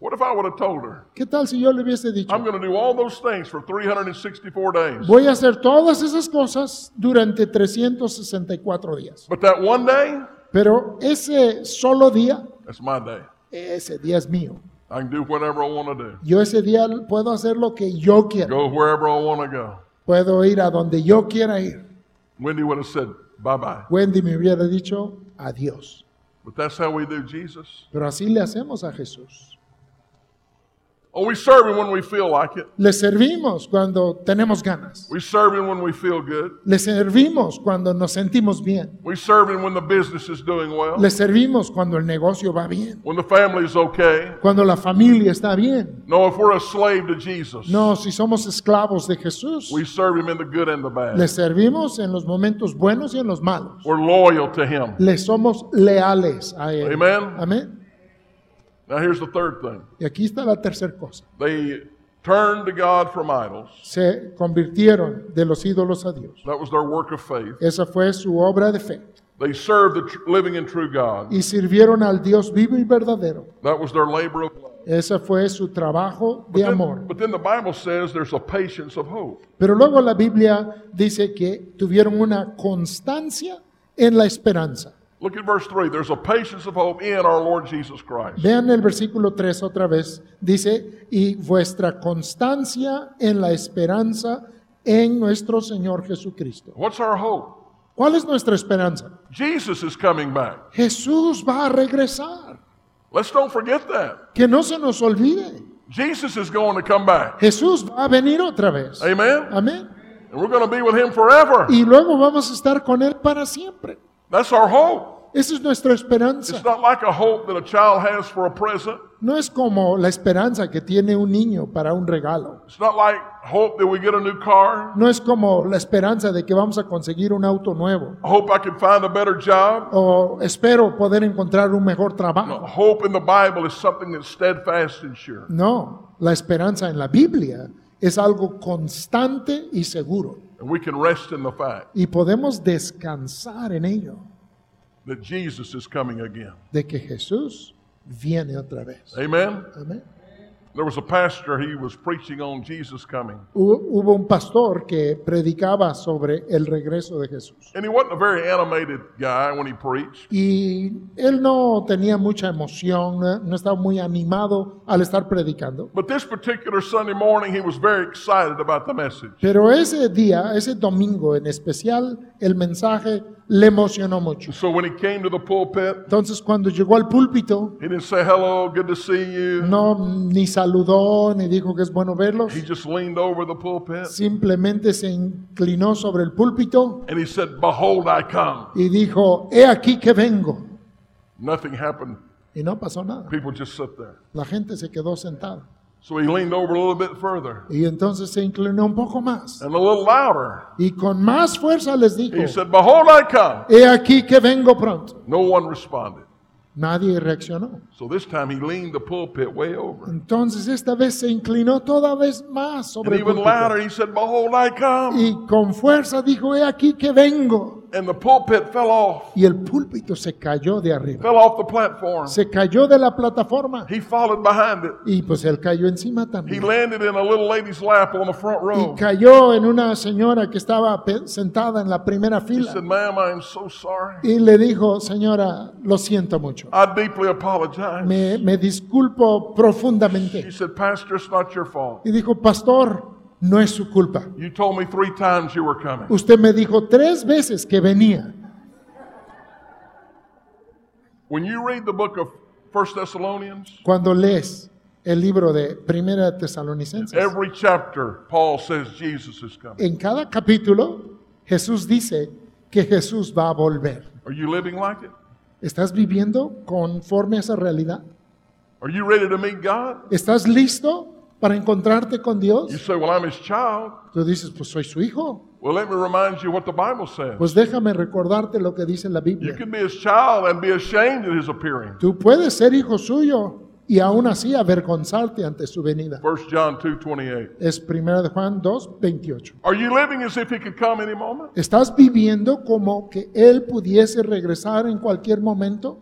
Speaker 1: What if I would have told her,
Speaker 2: ¿Qué tal si yo le hubiese dicho,
Speaker 1: I'm going to do all those things for 364 days,
Speaker 2: voy a hacer todas esas cosas durante 364 días?
Speaker 1: but that one day,
Speaker 2: Pero ese solo día,
Speaker 1: that's my day.
Speaker 2: ese día es mío.
Speaker 1: I can do whatever I want to do.
Speaker 2: Yo ese día puedo hacer lo que yo quiera.
Speaker 1: Go wherever I want to go.
Speaker 2: Puedo ir a donde yo quiera ir.
Speaker 1: Wendy would have said, bye bye.
Speaker 2: Wendy me hubiera dicho adiós.
Speaker 1: But that's how we do Jesus.
Speaker 2: Pero así le hacemos a Jesús.
Speaker 1: Oh, we serve Him when we feel like it.
Speaker 2: Le servimos cuando tenemos ganas.
Speaker 1: We serve Him when we feel good.
Speaker 2: Le servimos cuando nos sentimos bien.
Speaker 1: We serve Him when the business is doing well,
Speaker 2: Le servimos cuando el negocio va bien.
Speaker 1: when the family's okay.
Speaker 2: Cuando la familia está bien.
Speaker 1: No, if we're a slave to Jesus,
Speaker 2: No, si somos esclavos de Jesús,
Speaker 1: we serve Him in the good and the
Speaker 2: le
Speaker 1: bad.
Speaker 2: servimos en los momentos buenos y en los malos.
Speaker 1: We're loyal to Him.
Speaker 2: Le somos leales a Él.
Speaker 1: Amen.
Speaker 2: Amén.
Speaker 1: Now, here's the third thing
Speaker 2: Y aquí está la tercera cosa.
Speaker 1: they turned to God from idols.
Speaker 2: Se convirtieron de los ídolos a Dios.
Speaker 1: That was their work of faith.
Speaker 2: Esa fue su obra de fe.
Speaker 1: They served the tr- living and true God.
Speaker 2: y sirvieron al Dios vivo y verdadero.
Speaker 1: That was their labor of love.
Speaker 2: Ese fue su trabajo de amor.
Speaker 1: Then- but then the Bible says there's a patience of hope.
Speaker 2: Pero luego la Biblia dice que tuvieron una constancia en la esperanza.
Speaker 1: Look at verse 3. There's a patience of hope in our Lord Jesus Christ.
Speaker 2: Vean el versículo 3 otra vez. Dice, y vuestra constancia en la esperanza en nuestro Señor Jesucristo.
Speaker 1: What's our hope?
Speaker 2: ¿Cuál es nuestra esperanza?
Speaker 1: Jesus is coming back.
Speaker 2: Jesús va a regresar.
Speaker 1: Let's don't forget that.
Speaker 2: Que no se nos olvide.
Speaker 1: Jesus is going to come back.
Speaker 2: Jesús va a venir otra vez.
Speaker 1: Amen?
Speaker 2: Amén.
Speaker 1: And we're going to be with him forever.
Speaker 2: Y luego vamos a estar con Él para siempre.
Speaker 1: That's our hope.
Speaker 2: Esa es nuestra
Speaker 1: It's
Speaker 2: esperanza.
Speaker 1: not like a hope that a child has for a present.
Speaker 2: No es como la esperanza que tiene un niño para un regalo.
Speaker 1: It's not like hope that we get a new car.
Speaker 2: No es como la esperanza de que vamos a conseguir un auto nuevo.
Speaker 1: I hope I can find a better job.
Speaker 2: O espero poder encontrar un mejor trabajo.
Speaker 1: Hope in the Bible is something that's steadfast and sure.
Speaker 2: No, la esperanza en la Biblia es algo constante y seguro.
Speaker 1: And we can rest in the fact
Speaker 2: Y podemos descansar en ello,
Speaker 1: that Jesus is coming again.
Speaker 2: de que Jesús viene otra vez.
Speaker 1: Amen?
Speaker 2: Amén.
Speaker 1: There was a pastor, he was preaching on Jesus coming.
Speaker 2: Hu- Hubo un pastor que predicaba sobre el regreso de Jesús.
Speaker 1: And he wasn't a very animated guy when he preached.
Speaker 2: Y él no tenía mucha emoción, eh, no estaba muy animado al estar predicando.
Speaker 1: But this particular Sunday morning, he was very excited about the message.
Speaker 2: Pero ese día, ese domingo en especial, el mensaje le emocionó mucho.
Speaker 1: So when he came to the pulpit,
Speaker 2: Entonces cuando llegó al púlpito,
Speaker 1: he didn't say, Hello, good to see you.
Speaker 2: no ni saludó, ni dijo que es bueno verlos.
Speaker 1: He just leaned over the pulpit
Speaker 2: Simplemente se inclinó sobre el púlpito
Speaker 1: and he said, Behold, I come.
Speaker 2: y dijo, he aquí que vengo.
Speaker 1: Nothing happened.
Speaker 2: Y no pasó nada.
Speaker 1: People just sit there.
Speaker 2: La gente se quedó sentada.
Speaker 1: So he leaned over a little bit further
Speaker 2: Y entonces se inclinó un poco más.
Speaker 1: and a little louder.
Speaker 2: Y con más fuerza les dijo,
Speaker 1: He said, Behold, I come.
Speaker 2: he aquí que vengo pronto.
Speaker 1: No one responded.
Speaker 2: Nadie reaccionó.
Speaker 1: So this time he leaned the pulpit way over.
Speaker 2: Entonces esta vez se inclinó toda vez más
Speaker 1: And
Speaker 2: sobre el
Speaker 1: even louder,
Speaker 2: púlpito.
Speaker 1: he said, Behold, I come.
Speaker 2: Y con fuerza dijo, he aquí que vengo.
Speaker 1: And the pulpit fell off,
Speaker 2: Y el púlpito se cayó de arriba.
Speaker 1: fell off the platform.
Speaker 2: Se cayó de la plataforma.
Speaker 1: He followed behind it.
Speaker 2: Y pues él cayó encima
Speaker 1: He
Speaker 2: también.
Speaker 1: landed in a little lady's lap on the front
Speaker 2: Y
Speaker 1: row.
Speaker 2: cayó en una señora que estaba pe- sentada en la primera
Speaker 1: He
Speaker 2: fila.
Speaker 1: said, Ma'am, I am so sorry.
Speaker 2: Y le dijo, señora, lo siento mucho.
Speaker 1: I deeply apologize.
Speaker 2: Me, me disculpo
Speaker 1: He
Speaker 2: profundamente.
Speaker 1: said, Pastor, it's not your fault.
Speaker 2: Y dijo, pastor, no es su culpa.
Speaker 1: You told me three times you were coming.
Speaker 2: Usted me dijo tres veces que venía.
Speaker 1: When you read the book of First Thessalonians,
Speaker 2: Cuando lees el libro de Primera Tesalonicenses,
Speaker 1: every chapter, Paul says Jesus is coming.
Speaker 2: en cada capítulo Jesús dice que Jesús va a volver.
Speaker 1: Are you living like it?
Speaker 2: ¿Estás viviendo conforme a esa realidad?
Speaker 1: Are you ready to meet God?
Speaker 2: ¿Estás listo para encontrarte con
Speaker 1: You
Speaker 2: Dios?
Speaker 1: say, Well, I'm his child.
Speaker 2: Tú dices, pues soy su hijo.
Speaker 1: Well, let me remind you what the Bible says.
Speaker 2: Pues déjame recordarte lo que dice la
Speaker 1: You
Speaker 2: Biblia.
Speaker 1: can be his child and be ashamed at his appearing.
Speaker 2: Tú puedes ser hijo suyo y aún así avergonzarte ante su venida.
Speaker 1: 1 John 2 28.
Speaker 2: Es 1 de Juan 2, 28.
Speaker 1: Are you living as if he could come any moment?
Speaker 2: ¿Estás viviendo como que Él pudiese regresar en cualquier momento?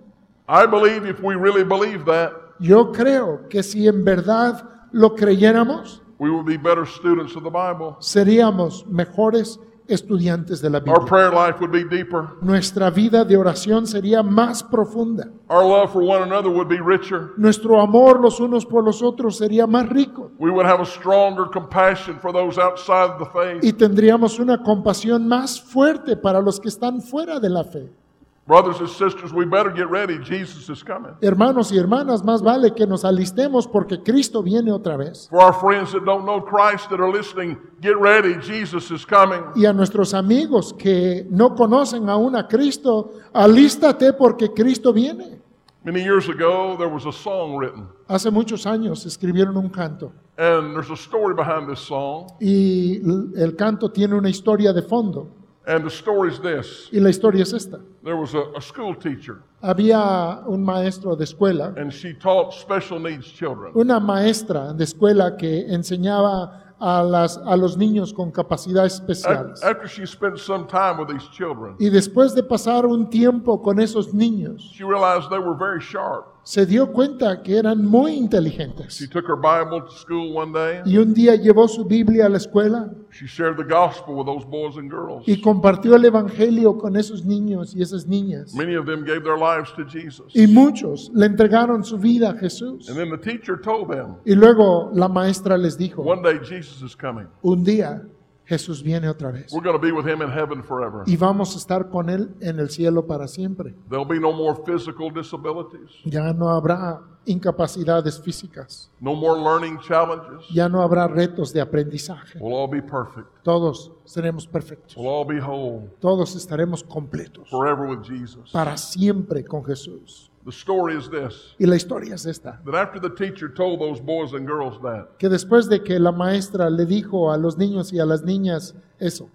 Speaker 1: I believe if we really believe that,
Speaker 2: Yo creo que si en verdad lo creyéramos,
Speaker 1: we would be better students of the Bible.
Speaker 2: seríamos mejores estudiantes de la
Speaker 1: Our
Speaker 2: Biblia.
Speaker 1: prayer life would be deeper.
Speaker 2: Nuestra vida de oración sería más profunda.
Speaker 1: Our love for one another would be richer.
Speaker 2: Nuestro amor los unos por los otros sería más rico
Speaker 1: We would have a stronger compassion for those outside of the faith.
Speaker 2: y tendríamos una compasión más fuerte para los que están fuera de la fe.
Speaker 1: Brothers and sisters, we better get ready. Jesus is coming.
Speaker 2: Hermanos y hermanas, más vale que nos alistemos porque Cristo viene otra vez.
Speaker 1: For our friends that don't know Christ that are listening, get ready. Jesus is coming.
Speaker 2: Y a nuestros amigos que no conocen aún a Cristo, alístate porque Cristo viene.
Speaker 1: Many years ago, there was a song written,
Speaker 2: Hace muchos años escribieron un canto
Speaker 1: and there's a story behind this song.
Speaker 2: y l- el canto tiene una historia de fondo
Speaker 1: And the story's this
Speaker 2: y la historia es esta.
Speaker 1: there was a, a school teacher,
Speaker 2: Había un maestro de escuela,
Speaker 1: and she taught special needs children.
Speaker 2: una maestra de escuela que enseñaba a, las, a los niños con capacidad especiales.
Speaker 1: Af- After she spent some time with these children,
Speaker 2: Y después de pasar un tiempo con esos niños,
Speaker 1: she realized they were very sharp.
Speaker 2: se dio cuenta que eran muy
Speaker 1: She
Speaker 2: inteligentes.
Speaker 1: took her Bible to school one day.
Speaker 2: Y un día llevó su Biblia a la escuela
Speaker 1: She shared the gospel with those boys and girls.
Speaker 2: y compartió el Evangelio con esos niños y esas niñas.
Speaker 1: Many of them gave their lives to Jesus.
Speaker 2: Y muchos le entregaron su vida a Jesús.
Speaker 1: And then the teacher told them,
Speaker 2: Y luego la maestra les dijo,
Speaker 1: one day Jesus is coming.
Speaker 2: un día Jesús viene otra vez
Speaker 1: We're going to be with him in heaven forever.
Speaker 2: y vamos a estar con Él en el cielo para siempre.
Speaker 1: There'll be no more physical disabilities,
Speaker 2: Ya no habrá incapacidades físicas,
Speaker 1: no more learning challenges.
Speaker 2: ya no habrá retos de aprendizaje.
Speaker 1: We'll all be perfect.
Speaker 2: Todos seremos perfectos,
Speaker 1: We'll all be whole
Speaker 2: todos estaremos completos
Speaker 1: forever with Jesus.
Speaker 2: para siempre con Jesús.
Speaker 1: The story is this
Speaker 2: Y la historia es esta,
Speaker 1: that after the teacher told those boys and girls that,
Speaker 2: que después de que la maestra le dijo a los niños y a las niñas eso,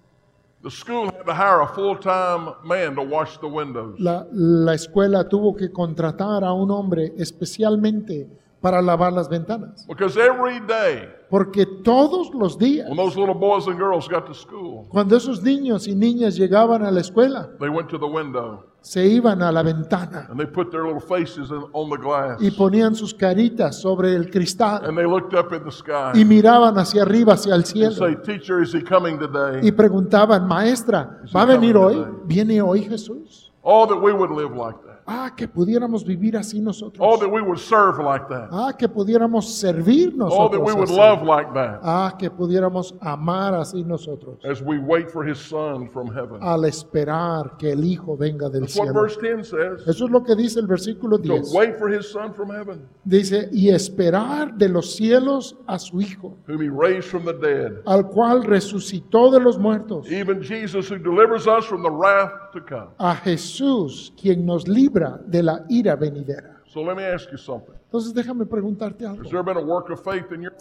Speaker 1: the school had to hire a full time man to wash the windows.
Speaker 2: la, la escuela tuvo que contratar a un hombre especialmente para lavar las ventanas.
Speaker 1: Because every day
Speaker 2: Porque todos los días,
Speaker 1: when those little boys and girls got to school,
Speaker 2: cuando esos niños y niñas llegaban a la escuela,
Speaker 1: they went to the window
Speaker 2: se iban a la ventana
Speaker 1: and they put their little faces in, on the glass
Speaker 2: y ponían sus caritas sobre el cristal
Speaker 1: and they looked up at the sky
Speaker 2: y miraban hacia arriba, hacia el
Speaker 1: and
Speaker 2: cielo
Speaker 1: say, Teacher, is he coming today?
Speaker 2: y preguntaban, maestra, ¿va a venir hoy? ¿Viene hoy Jesús?
Speaker 1: Oh, that we would live like that.
Speaker 2: Ah, que pudiéramos vivir así
Speaker 1: Oh,
Speaker 2: nosotros.
Speaker 1: that we would serve like that.
Speaker 2: Ah, que pudiéramos servir
Speaker 1: Oh, that we would
Speaker 2: nosotros. así.
Speaker 1: love like that
Speaker 2: Ah, que pudiéramos amar así nosotros.
Speaker 1: as we wait for his son from heaven.
Speaker 2: al esperar que el Hijo venga del
Speaker 1: That's what
Speaker 2: cielo.
Speaker 1: verse 10 says.
Speaker 2: Eso es lo que dice el versículo
Speaker 1: To
Speaker 2: 10.
Speaker 1: wait for his son from heaven,
Speaker 2: Dice, y esperar de los cielos a su Hijo,
Speaker 1: whom he raised from the dead.
Speaker 2: al cual resucitó de los muertos,
Speaker 1: Even Jesus, who delivers us from the wrath to come.
Speaker 2: a Jesús, quien nos libra de la ira venidera.
Speaker 1: So let me ask you something.
Speaker 2: Entonces déjame preguntarte
Speaker 1: Has
Speaker 2: algo.
Speaker 1: there been a work of faith in your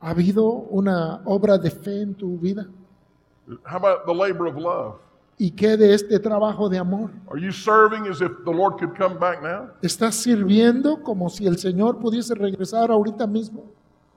Speaker 2: ¿Ha habido una obra de fe en tu vida?
Speaker 1: How about the labor of love?
Speaker 2: ¿Y qué de este trabajo de amor?
Speaker 1: Are you serving as if the Lord could come back now?
Speaker 2: ¿Estás sirviendo como si el Señor pudiese regresar ahorita mismo?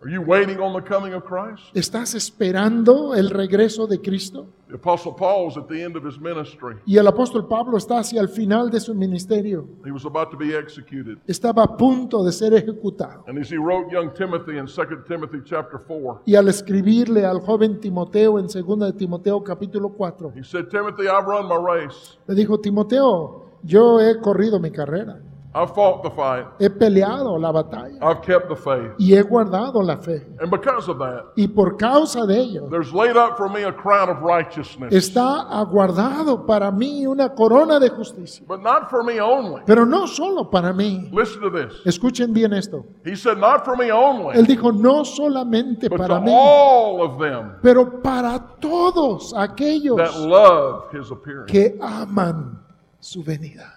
Speaker 1: Are you waiting on the coming of Christ?
Speaker 2: ¿Estás esperando el regreso de Cristo?
Speaker 1: The Apostle Paul was at the end of his ministry.
Speaker 2: Y el apóstol Pablo está hacia el final de su ministerio.
Speaker 1: He was about to be executed.
Speaker 2: Estaba a punto de ser ejecutado.
Speaker 1: And as he wrote young Timothy in 2 Timothy chapter 4,
Speaker 2: Y al escribirle al joven Timoteo en 2 de Timoteo capítulo 4,
Speaker 1: he said, Timothy, I've run my race.
Speaker 2: le dijo, Timoteo, yo he corrido mi carrera,
Speaker 1: I've fought the fight.
Speaker 2: he peleado la batalla
Speaker 1: I've kept the faith.
Speaker 2: y he guardado la fe.
Speaker 1: And because of that,
Speaker 2: Y por causa de ello
Speaker 1: there's laid up for me a crown of righteousness.
Speaker 2: está aguardado para mí una corona de justicia.
Speaker 1: But not for me only.
Speaker 2: Pero no solo para mí.
Speaker 1: Listen to this.
Speaker 2: Escuchen bien esto.
Speaker 1: He said, Not for me only,
Speaker 2: Él dijo, no solamente
Speaker 1: but
Speaker 2: para
Speaker 1: to
Speaker 2: mí,
Speaker 1: all of them
Speaker 2: pero para todos aquellos
Speaker 1: that love his appearing.
Speaker 2: que aman su venida.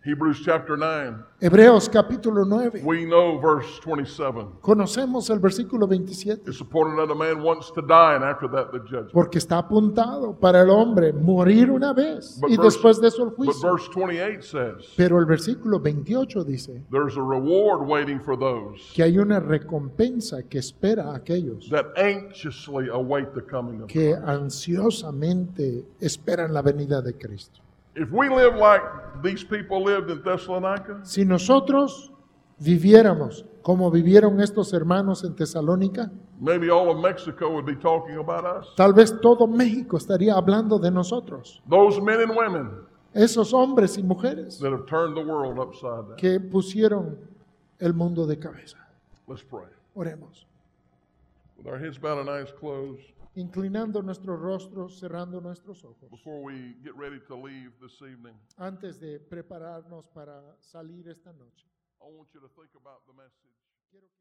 Speaker 1: Hebrews chapter 9,
Speaker 2: Hebreos capítulo 9.
Speaker 1: we know verse 27.
Speaker 2: Conocemos el versículo 27,
Speaker 1: It's appointed that a man wants to die, and after that, the judgment.
Speaker 2: porque está apuntado para el hombre morir una vez
Speaker 1: But
Speaker 2: y
Speaker 1: verse-
Speaker 2: después de eso el
Speaker 1: But
Speaker 2: juicio.
Speaker 1: verse 28 says,
Speaker 2: Pero el versículo 28 dice
Speaker 1: There's a reward waiting for those
Speaker 2: que hay una recompensa que espera a aquellos
Speaker 1: that anxiously await the coming of God.
Speaker 2: que ansiosamente esperan la venida de Cristo.
Speaker 1: If we live like these people lived in Thessalonica,
Speaker 2: Si nosotros viviéramos como vivieron estos hermanos en Tesalónica,
Speaker 1: maybe all of Mexico would be talking about us.
Speaker 2: tal vez todo México estaría hablando de nosotros.
Speaker 1: Those men and women
Speaker 2: esos hombres y mujeres
Speaker 1: that have turned the world upside down.
Speaker 2: que pusieron el mundo de cabeza.
Speaker 1: Let's pray.
Speaker 2: Oremos.
Speaker 1: With our heads bowed and eyes closed,
Speaker 2: Inclinando nuestros rostros, cerrando nuestros ojos,
Speaker 1: before we get ready to leave this evening,
Speaker 2: antes de prepararnos para salir esta noche.
Speaker 1: I want you to think about the message.
Speaker 2: Quiero que-